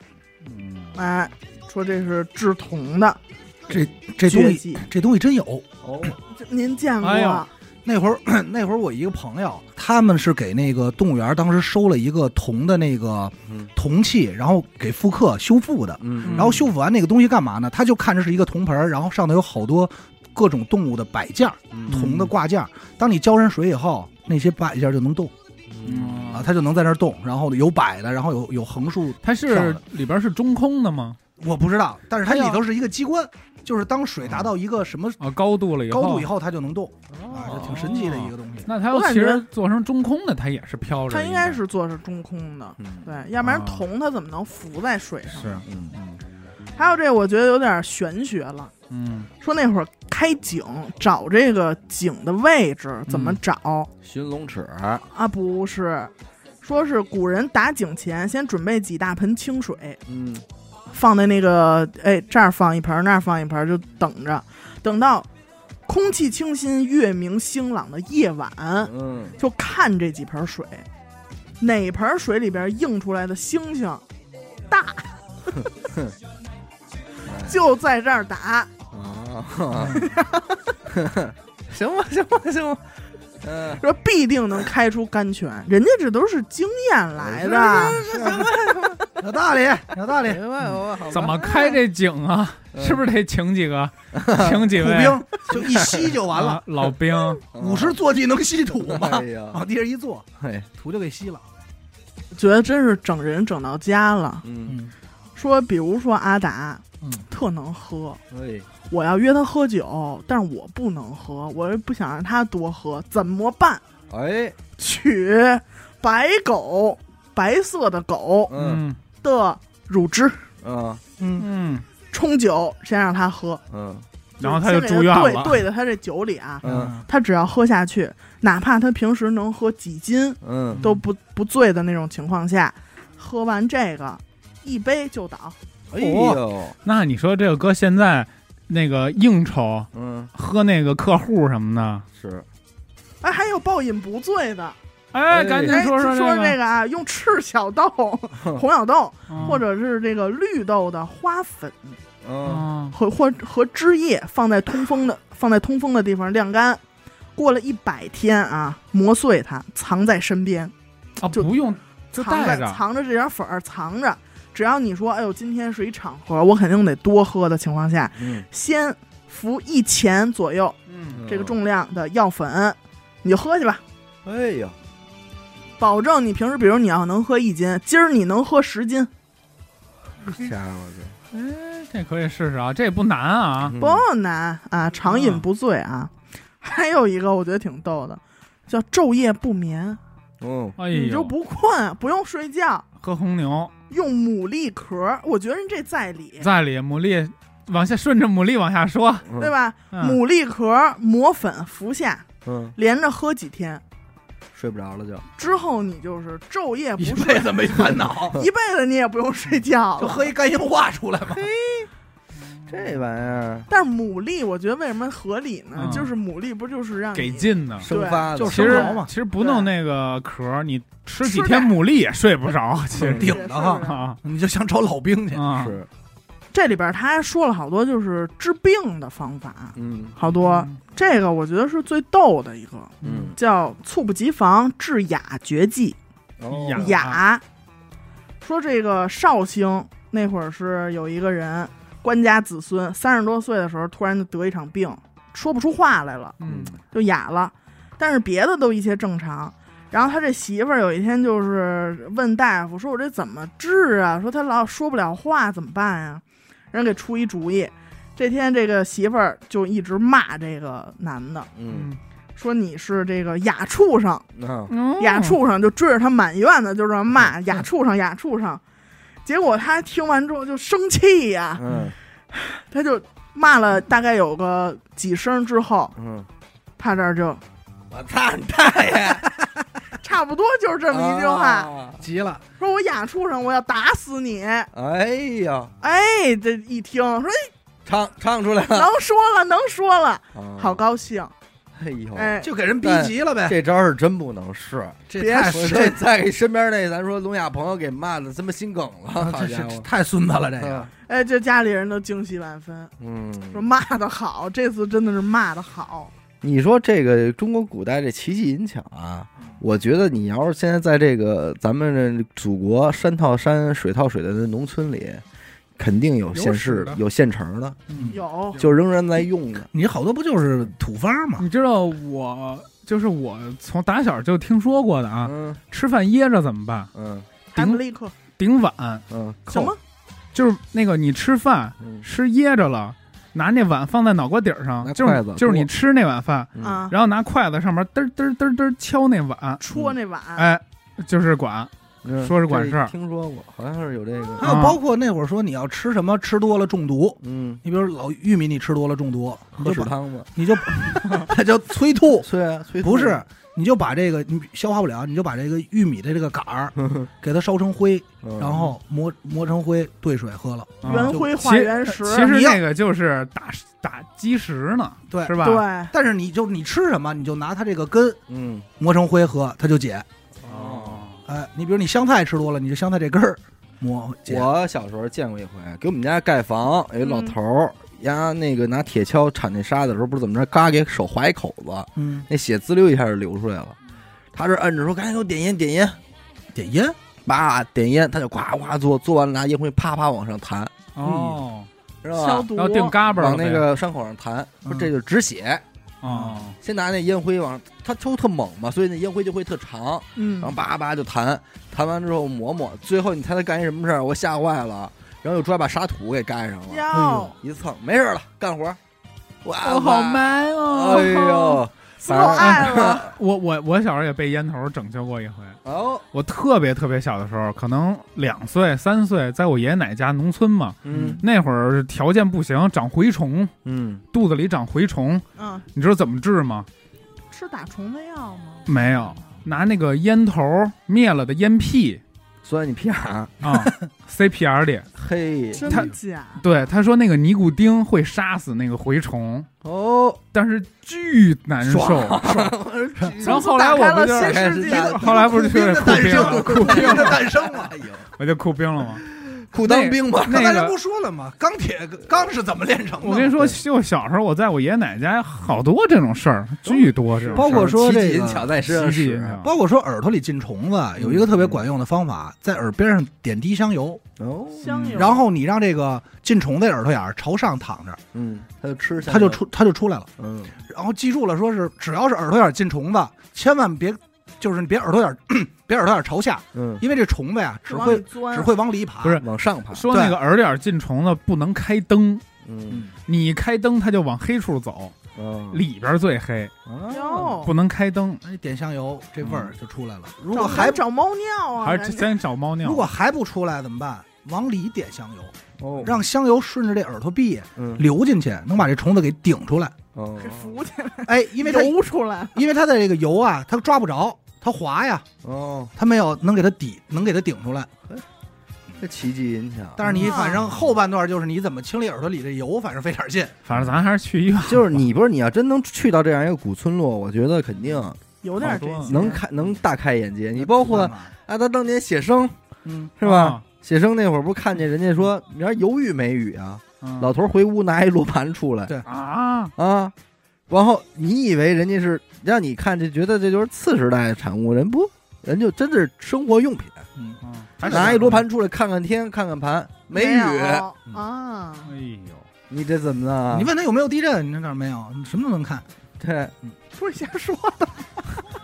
Speaker 3: 嗯
Speaker 2: 哎，说这是制铜的
Speaker 4: 这东
Speaker 2: 绝
Speaker 4: 西
Speaker 2: 技，
Speaker 4: 这东西真有。
Speaker 1: 哦，
Speaker 2: 这您见过？啊
Speaker 3: 哎呦
Speaker 4: 那会儿 那会儿我一个朋友，他们是给那个动物园当时收了一个铜的那个
Speaker 1: 嗯
Speaker 4: 铜器，然后给复刻修复的。
Speaker 1: 嗯，
Speaker 4: 然后修复完那个东西干嘛呢？他就看着是一个铜盆儿，然后上头有好多各种动物的摆件儿，铜的挂件儿。当你浇上水以后，那些摆件儿就能动
Speaker 2: 嗯
Speaker 4: 啊，它就能在那儿动。然后有摆的，然后有有横竖，
Speaker 3: 它
Speaker 4: 跳
Speaker 3: 是
Speaker 4: 的
Speaker 3: 里边是中空的吗？
Speaker 4: 我不知道，但是它
Speaker 3: 哎呀
Speaker 4: 里头是一个机关，就是当水达到一个什么
Speaker 3: 啊，高度了以后，
Speaker 4: 高度以后，它就能动啊，
Speaker 1: 哦
Speaker 4: 这挺神奇的一个东西。
Speaker 3: 那它
Speaker 2: 我
Speaker 3: 要
Speaker 2: 感
Speaker 3: 其实
Speaker 2: 觉
Speaker 3: 做成中空的，它也是飘着
Speaker 2: 它
Speaker 3: 的，
Speaker 2: 应该是做是中空的，
Speaker 1: 嗯
Speaker 2: 对，要不然
Speaker 3: 啊
Speaker 2: 铜它怎么能浮在水上呢？
Speaker 3: 是，
Speaker 1: 嗯
Speaker 2: 还有这，我觉得有点玄学了。
Speaker 3: 嗯，
Speaker 2: 说那会儿开井找这个井的位置怎么找、
Speaker 1: 寻龙尺，
Speaker 2: 啊？不是，说是古人打井前先准备几大盆清水，
Speaker 1: 嗯
Speaker 2: 放在那个哎这儿放一盆，那儿放一盆，就等着，等到空气清新、月明星朗的夜晚，
Speaker 1: 嗯，
Speaker 2: 就看这几盆水，哪盆水里边映出来的星星 大，就在这儿打。
Speaker 1: 啊，行吧行吧行吧，嗯，
Speaker 2: 说必定能开出甘泉，人家这都是经验来
Speaker 1: 哎
Speaker 2: 的。
Speaker 4: 有道理，有道理。
Speaker 1: 明白我好吧
Speaker 3: 怎么开这井啊？
Speaker 2: 嗯
Speaker 3: 是不是得请几 个，请几
Speaker 4: 土
Speaker 3: 位
Speaker 4: 兵就一吸就完 了
Speaker 3: 啊，老兵？
Speaker 4: 五十坐骑能吸土吗
Speaker 1: 哎？呀，
Speaker 4: 往地上一坐，
Speaker 1: 嘿，
Speaker 4: 土就给吸了。
Speaker 2: 觉得真是整人整到家了。
Speaker 1: 嗯，
Speaker 2: 说比如说阿达，
Speaker 3: 嗯
Speaker 2: 特能喝，
Speaker 1: 哎，
Speaker 2: 我要约他喝酒，但是我不能喝，我又不想让他多喝，怎么办？
Speaker 1: 哎，
Speaker 2: 取白狗，白色的狗
Speaker 1: 嗯
Speaker 2: 的乳汁
Speaker 1: 嗯
Speaker 4: 嗯，
Speaker 3: 嗯，
Speaker 2: 冲酒，先让他喝，
Speaker 1: 嗯
Speaker 3: 然后他就
Speaker 2: 先
Speaker 3: 住
Speaker 2: 给
Speaker 3: 院
Speaker 2: 他兑
Speaker 3: 了
Speaker 2: 兑在他这酒里啊，
Speaker 1: 嗯
Speaker 2: 他只要喝下去，哪怕他平时能喝几斤，
Speaker 1: 嗯，
Speaker 2: 都不不醉的那种情况下，喝完这个一杯就倒，
Speaker 1: 哎呦，
Speaker 3: 那你说这个哥现在那个应酬
Speaker 1: 嗯，
Speaker 3: 喝那个客户什么的，
Speaker 1: 是，
Speaker 2: 哎，还有暴饮不醉的，
Speaker 3: 哎，
Speaker 1: 哎
Speaker 3: 赶紧
Speaker 2: 哎，
Speaker 3: 说
Speaker 2: 说
Speaker 3: 这
Speaker 2: 这
Speaker 3: 个，
Speaker 2: 个啊，用赤小 豆、红小豆
Speaker 3: 嗯
Speaker 2: 或者是这个绿豆的花粉
Speaker 1: 嗯
Speaker 3: 嗯
Speaker 2: 和或和汁液放在通风的放在通风的地方晾干，过了一百天啊，磨碎它，藏在身边，
Speaker 3: 啊，
Speaker 2: 就
Speaker 3: 不用就
Speaker 2: 藏
Speaker 3: 带
Speaker 2: 着
Speaker 3: 着，
Speaker 2: 藏着这点粉儿，藏着。只要你说，哎呦，今天是一场合，我肯定得多喝的情况下，
Speaker 1: 嗯
Speaker 2: 先服一钱左右
Speaker 3: 嗯，
Speaker 2: 这个重量的药粉，你就喝去吧，
Speaker 1: 哎呀，
Speaker 2: 保证你平时比如你要能喝一斤，今儿你能喝十斤，
Speaker 1: 家伙的，
Speaker 3: 哎，这可以试试啊，这也不难啊。
Speaker 2: 不难啊，常饮不醉啊。 还有一个我觉得挺逗的，叫昼夜不眠，
Speaker 1: 嗯，
Speaker 3: 哎
Speaker 2: 你就
Speaker 3: 呦，
Speaker 2: 不困，不用睡觉，
Speaker 3: 喝红牛
Speaker 2: 用牡蛎壳，我觉得人这在理，
Speaker 3: 在里，牡蛎往下顺着牡蛎往下说，
Speaker 1: 嗯
Speaker 2: 对吧？
Speaker 3: 嗯，
Speaker 2: 牡蛎壳磨粉服下，
Speaker 1: 嗯，
Speaker 2: 连着喝几天。
Speaker 1: 睡不着了就，
Speaker 2: 之后你就是昼夜不
Speaker 4: 一
Speaker 2: 睡，
Speaker 4: 辈子没烦恼，
Speaker 2: 一辈子你也不用睡觉
Speaker 4: 就
Speaker 2: 了。
Speaker 4: 喝一肝硬化出来嘛。
Speaker 1: 这玩意儿
Speaker 2: 但是牡蛎，我觉得为什么合理呢？
Speaker 3: 嗯
Speaker 2: 就是牡蛎不就是让
Speaker 3: 给
Speaker 2: 你
Speaker 3: 劲呢。
Speaker 1: 生发的，
Speaker 4: 就
Speaker 3: 其
Speaker 4: 是
Speaker 3: 实
Speaker 4: 生蚝嘛
Speaker 3: 其实不弄那个壳儿，你吃几天牡蛎也睡不着。其实
Speaker 1: 嗯
Speaker 4: 顶的哈
Speaker 2: 是
Speaker 3: 啊
Speaker 4: 你就想找老兵去，
Speaker 3: 啊，
Speaker 1: 是，
Speaker 2: 这里边他还说了好多就是治病的方法，
Speaker 1: 嗯
Speaker 2: 好多。这个我觉得是最逗的一个，
Speaker 1: 嗯，
Speaker 2: 叫猝不及防治哑绝技。
Speaker 1: 哦
Speaker 3: 呀
Speaker 2: 哑，说这个绍兴那会儿是有一个人官家子孙，三十多岁的时候突然就得一场病，说不出话来了。
Speaker 3: 嗯，
Speaker 2: 就哑了，但是别的都一切正常。然后他这媳妇儿有一天就是问大夫说：“我这怎么治啊？说他老说不了话，怎么办呀、人给出一主意。这天这个媳妇儿就一直骂这个男的，
Speaker 1: 嗯，
Speaker 2: 说你是这个哑畜生，
Speaker 1: 那
Speaker 3: 嗯
Speaker 2: 哑，畜生，就追着他满院子就这么骂哑畜生，哑畜生。结果他听完之后就生气呀、
Speaker 1: 嗯
Speaker 2: 他就骂了大概有个几声之后，
Speaker 1: 嗯，
Speaker 2: 他这儿就
Speaker 4: 我操你大爷！
Speaker 2: 差不多就是 这么一句话。
Speaker 1: 啊，
Speaker 4: 急了，
Speaker 2: 说我哑畜生，我要打死你！
Speaker 1: 哎呀，
Speaker 2: 哎，这一听说哎
Speaker 1: 唱唱出来了，
Speaker 2: 能说了，能说了，
Speaker 1: 啊
Speaker 2: 好，高兴。
Speaker 1: 哎呦，
Speaker 2: 哎，
Speaker 4: 就给人逼急了呗。
Speaker 1: 这招是真不能试，
Speaker 4: 这
Speaker 2: 别
Speaker 4: 太
Speaker 1: 我这再给身边那咱说聋哑朋友给骂的他妈心梗了，好
Speaker 4: 这
Speaker 1: 家
Speaker 4: 是
Speaker 1: 伙，
Speaker 4: 太孙子了，这个。
Speaker 2: 哎，啊这家里人都惊喜万分，说
Speaker 1: 嗯，
Speaker 2: 骂的好，这次真的是骂的好。
Speaker 1: 你说这个中国古代这奇技淫巧啊，我觉得你要是现在在这个咱们这祖国山套山水套水的那农村里，肯定有现世
Speaker 3: 有使的
Speaker 1: 有现成的，
Speaker 3: 嗯
Speaker 2: 有，
Speaker 1: 就仍然在用的。
Speaker 4: 你好多不就是土方嘛？
Speaker 3: 你知道我就是我从打小就听说过的啊，
Speaker 1: 嗯
Speaker 3: 吃饭噎着怎么办？
Speaker 1: 嗯
Speaker 2: 还不立刻
Speaker 3: 顶碗，
Speaker 1: 嗯
Speaker 2: 什么？
Speaker 3: 就是那个你吃饭
Speaker 1: 嗯
Speaker 3: 吃噎着了，拿那碗放在脑瓜顶上
Speaker 1: 拿，
Speaker 3: 就
Speaker 1: 筷子
Speaker 3: 是就是你吃那碗饭，
Speaker 1: 嗯
Speaker 2: 啊？
Speaker 3: 然后拿筷子上面嘚儿嘚儿嘚儿嘚儿敲那碗，
Speaker 2: 戳那碗，
Speaker 3: 哎，就是管。
Speaker 1: 嗯
Speaker 3: 说是管事儿
Speaker 1: 这听说过，好像是有这
Speaker 4: 还
Speaker 1: 个，
Speaker 4: 有
Speaker 3: 啊
Speaker 4: 包括那会儿说你要吃什么吃多了中毒，
Speaker 1: 嗯，
Speaker 4: 你比如老玉米你吃多了中毒，你
Speaker 1: 喝
Speaker 4: 就
Speaker 1: 屎
Speaker 4: 把哦
Speaker 1: 汤子，
Speaker 4: 你就 它叫催吐，
Speaker 1: 催啊催吐
Speaker 4: 不是，你就把这个你消化不了，你就把这个玉米的这个杆儿 给它烧成灰，
Speaker 1: 嗯
Speaker 4: 然后磨磨成灰兑水喝了。
Speaker 3: 啊
Speaker 2: 圆灰化原石，
Speaker 3: 其实那个就是打打基石呢，
Speaker 4: 对
Speaker 3: 是吧？
Speaker 2: 对，
Speaker 4: 但是你就你吃什么，你就拿它这个根
Speaker 1: 嗯
Speaker 4: 磨成灰喝，它就解。
Speaker 3: 哦，
Speaker 4: 哎，你比如你香菜吃多了，你就香菜这根儿磨解。
Speaker 1: 我小时候见过一回，给我们家盖房，有一老
Speaker 2: 嗯
Speaker 1: 头儿，丫、那个拿铁锹铲那沙子的时候，不是怎么着，嘎给手划一口子，
Speaker 4: 嗯，
Speaker 1: 那血滋溜一下就流出来了。他这摁着说：“赶紧给我点烟，点烟！”
Speaker 4: 点烟
Speaker 1: 叭，点烟，他就呱呱嘬，嘬完了拿烟灰啪啪往上弹，
Speaker 3: 哦，
Speaker 1: 知
Speaker 2: 消
Speaker 1: 道吧？
Speaker 2: 毒
Speaker 3: 然后定嘎巴
Speaker 1: 嗯
Speaker 3: 儿哦
Speaker 1: 往
Speaker 3: 了
Speaker 1: 那个嗯伤口上弹，说
Speaker 4: 嗯
Speaker 1: 这就是止血。
Speaker 3: 哦，
Speaker 1: 先拿那烟灰往，他抽特猛嘛，所以那烟灰就会特长，
Speaker 2: 嗯
Speaker 1: 然后，叭叭就弹，弹完之后抹抹，最后你猜他干一什么事儿？我吓坏了，然后又抓把沙土给盖上了。
Speaker 3: 哎
Speaker 2: 要
Speaker 1: 一蹭，没事了，干活。哇，
Speaker 3: 我好！man 哦！
Speaker 1: 哎， 呦，
Speaker 2: 不
Speaker 3: 嗯
Speaker 2: 够爱了，
Speaker 3: 我我我小时候也被烟头拯救过一回。
Speaker 1: 哦，
Speaker 3: 我特别特别小的时候，可能两岁三岁，在我爷爷奶奶家农村嘛，
Speaker 1: 嗯
Speaker 3: 那会儿条件不行，长蛔虫，
Speaker 1: 嗯，
Speaker 3: 肚子里长蛔虫，
Speaker 2: 嗯，
Speaker 3: 你知道怎么治吗？
Speaker 2: 吃打虫的药吗？
Speaker 3: 没有，拿那个烟头灭了的烟屁
Speaker 1: 钻你屁眼儿，
Speaker 3: 啊，CPR 里，
Speaker 1: 嘿，
Speaker 2: 真假？
Speaker 3: 对，他说那个尼古丁会杀死那个蛔虫，
Speaker 1: 哦，
Speaker 3: 但是巨难受。然后后来我不
Speaker 2: 打开
Speaker 3: 就
Speaker 2: 了
Speaker 3: 是
Speaker 2: 新世界，
Speaker 3: 后来不是
Speaker 4: 苦
Speaker 3: 去
Speaker 4: 兵的
Speaker 3: 酷
Speaker 4: 诞
Speaker 3: 冰了，啊
Speaker 4: 生，苦兵的诞生嘛。
Speaker 1: 哎呦，
Speaker 3: 我就酷冰了嘛。
Speaker 1: 裤裆兵嘛，
Speaker 3: 那
Speaker 4: 刚
Speaker 3: 个
Speaker 4: 才这不说了吗？钢铁钢是怎么炼成的？
Speaker 3: 我跟 你说，就小时候我在我爷爷奶奶家，好多这种事儿，巨多这种事儿。
Speaker 4: 包括说
Speaker 1: 奇
Speaker 4: 这
Speaker 1: 技淫
Speaker 4: 个
Speaker 1: 巧在身上
Speaker 3: 袭击
Speaker 1: 使
Speaker 3: 啊
Speaker 4: 包括说耳朵里进虫子，
Speaker 2: 嗯
Speaker 4: 有一个特别管用的方法，在耳边上点滴香油，
Speaker 1: 哦，
Speaker 2: 香
Speaker 3: 嗯
Speaker 2: 油，
Speaker 4: 然后你让这个进虫子的耳朵眼儿朝上躺着，
Speaker 1: 嗯，他就吃下去
Speaker 4: 它就出它就出来了。
Speaker 1: 嗯
Speaker 4: 然后记住了，说是只要是耳朵眼儿进虫子，千万别就是你别耳朵眼儿 别耳朵眼儿朝下，
Speaker 1: 嗯，
Speaker 4: 因为这虫子呀只
Speaker 2: 就往
Speaker 4: 会
Speaker 2: 里钻
Speaker 4: 只会往里爬。
Speaker 3: 不是
Speaker 1: 往上爬，
Speaker 3: 说那个耳点进虫子不能开灯，
Speaker 1: 嗯
Speaker 3: 你一开灯它就往黑处走，
Speaker 1: 哦啊
Speaker 3: 里边最黑，
Speaker 2: 哟，
Speaker 3: 嗯不能开灯，
Speaker 4: 那你点香油，这味
Speaker 2: 嗯
Speaker 4: 儿就出来了。如
Speaker 2: 如
Speaker 4: 果还
Speaker 2: 找猫尿啊，
Speaker 3: 还
Speaker 2: 赶
Speaker 3: 是
Speaker 2: 紧
Speaker 3: 先找猫尿
Speaker 4: 如。果还不出来怎么办？往里点香油，
Speaker 1: 哦，
Speaker 4: 让香油顺着这耳朵壁
Speaker 1: 嗯
Speaker 4: 流进去，能把这虫子给顶出来。
Speaker 1: 哦
Speaker 2: 给
Speaker 3: 嗯
Speaker 2: 浮起来，
Speaker 4: 哎，因为它
Speaker 2: 游出来，
Speaker 4: 因为它的这个油啊，它抓不着，它滑呀，
Speaker 1: 哦，
Speaker 4: 它没有能给它抵，能给它顶出来。
Speaker 1: 这奇技淫巧，
Speaker 4: 但是你
Speaker 2: 啊
Speaker 4: 反正后半段就是你怎么清理耳朵里的油，反正费点劲。
Speaker 3: 反正咱还是去医 院。啊
Speaker 1: 就是 你不是你要真能去到这样一个古村落，我觉得肯定
Speaker 4: 嗯
Speaker 2: 有点这
Speaker 3: 好多啊
Speaker 2: 些
Speaker 1: 能开能大开眼界。 你包括啊，他当年写生
Speaker 4: 嗯，
Speaker 1: 是吧？
Speaker 3: 啊？
Speaker 1: 写生那会儿不是看见人家说，你说犹豫梅雨啊，
Speaker 3: 嗯
Speaker 1: 老头儿回屋拿一罗盘出来
Speaker 4: 对
Speaker 3: 啊，
Speaker 1: 啊，然后你以为人家是让你看这，觉得这就是次时代的产物，人不，人就真的是生活用品，
Speaker 4: 嗯，
Speaker 3: 嗯
Speaker 1: 拿一罗，盘出来看看天，看看盘，梅雨，
Speaker 2: 有
Speaker 3: 嗯
Speaker 2: 啊，
Speaker 3: 还是有哎
Speaker 1: 你这怎么啊了？
Speaker 4: 你问他有没有地震，你那哪儿没有？你什么都能看。
Speaker 1: 对，
Speaker 2: 不是瞎说，
Speaker 3: 呦，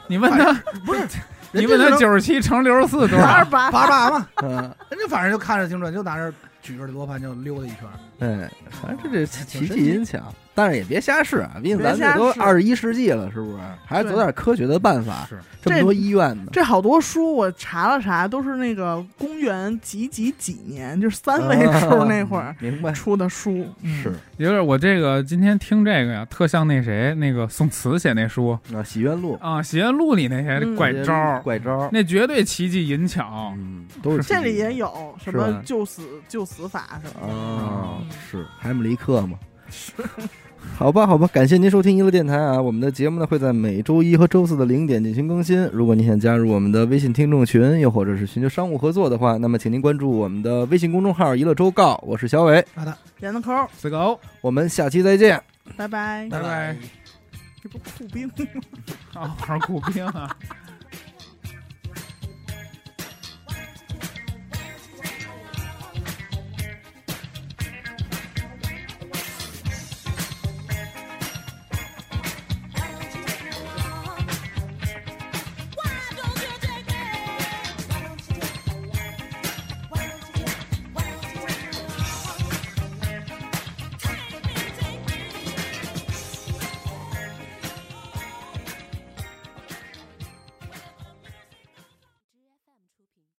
Speaker 3: 你问
Speaker 1: 哎
Speaker 3: 他，
Speaker 4: 不是，
Speaker 3: 你问他
Speaker 4: 人家
Speaker 3: 九十七乘六十四多
Speaker 2: 二
Speaker 3: 少？
Speaker 2: 十八
Speaker 4: 八八嘛，
Speaker 1: 嗯，
Speaker 4: 人家反正就看着挺准，就拿着举着这罗盘就溜达一圈儿。
Speaker 1: 对，反正这这奇
Speaker 4: 挺神
Speaker 1: 技淫巧，但是也别瞎试啊，毕竟咱
Speaker 2: 别瞎
Speaker 1: 这都
Speaker 2: 试
Speaker 1: 二十一世纪了，是不是？还是走点科学的办法。
Speaker 3: 是
Speaker 1: 这么
Speaker 2: 这
Speaker 1: 多医院呢，
Speaker 2: 这好多书我查了查，都是那个公元几几几年，就是
Speaker 3: 啊
Speaker 2: 三位数那会儿
Speaker 1: 啊明白？
Speaker 2: 出的书，嗯
Speaker 1: 是
Speaker 3: 有点我这个今天听这个呀，特像那谁那个宋慈写那书
Speaker 1: 啊，洗冤录
Speaker 3: 啊，《洗冤录》里那些
Speaker 2: 嗯
Speaker 3: 怪招儿，
Speaker 1: 怪招儿，
Speaker 3: 那绝对奇技淫巧。
Speaker 1: 嗯，都是
Speaker 2: 这里也
Speaker 1: 有
Speaker 2: 有什
Speaker 1: 是
Speaker 2: 么
Speaker 1: 吧
Speaker 2: 救死救死法什么的。
Speaker 1: 啊
Speaker 2: 嗯，
Speaker 1: 是海姆立克嘛？好吧，好吧，感谢您收听娱乐电台啊！我们的节目呢会在每周一和周四的零点进行更新。如果您想加入我们的微信听众群，又或者是寻求商务合作的话，那么请您关注我们的微信公众号“娱乐周告”。我是小伟，
Speaker 4: 好的，
Speaker 2: 闫子抠，
Speaker 3: 四狗，
Speaker 1: 我们下期再见。
Speaker 2: 拜拜。
Speaker 4: 拜
Speaker 3: 拜拜
Speaker 2: 这不酷兵吗？
Speaker 3: 啊，玩儿酷兵啊。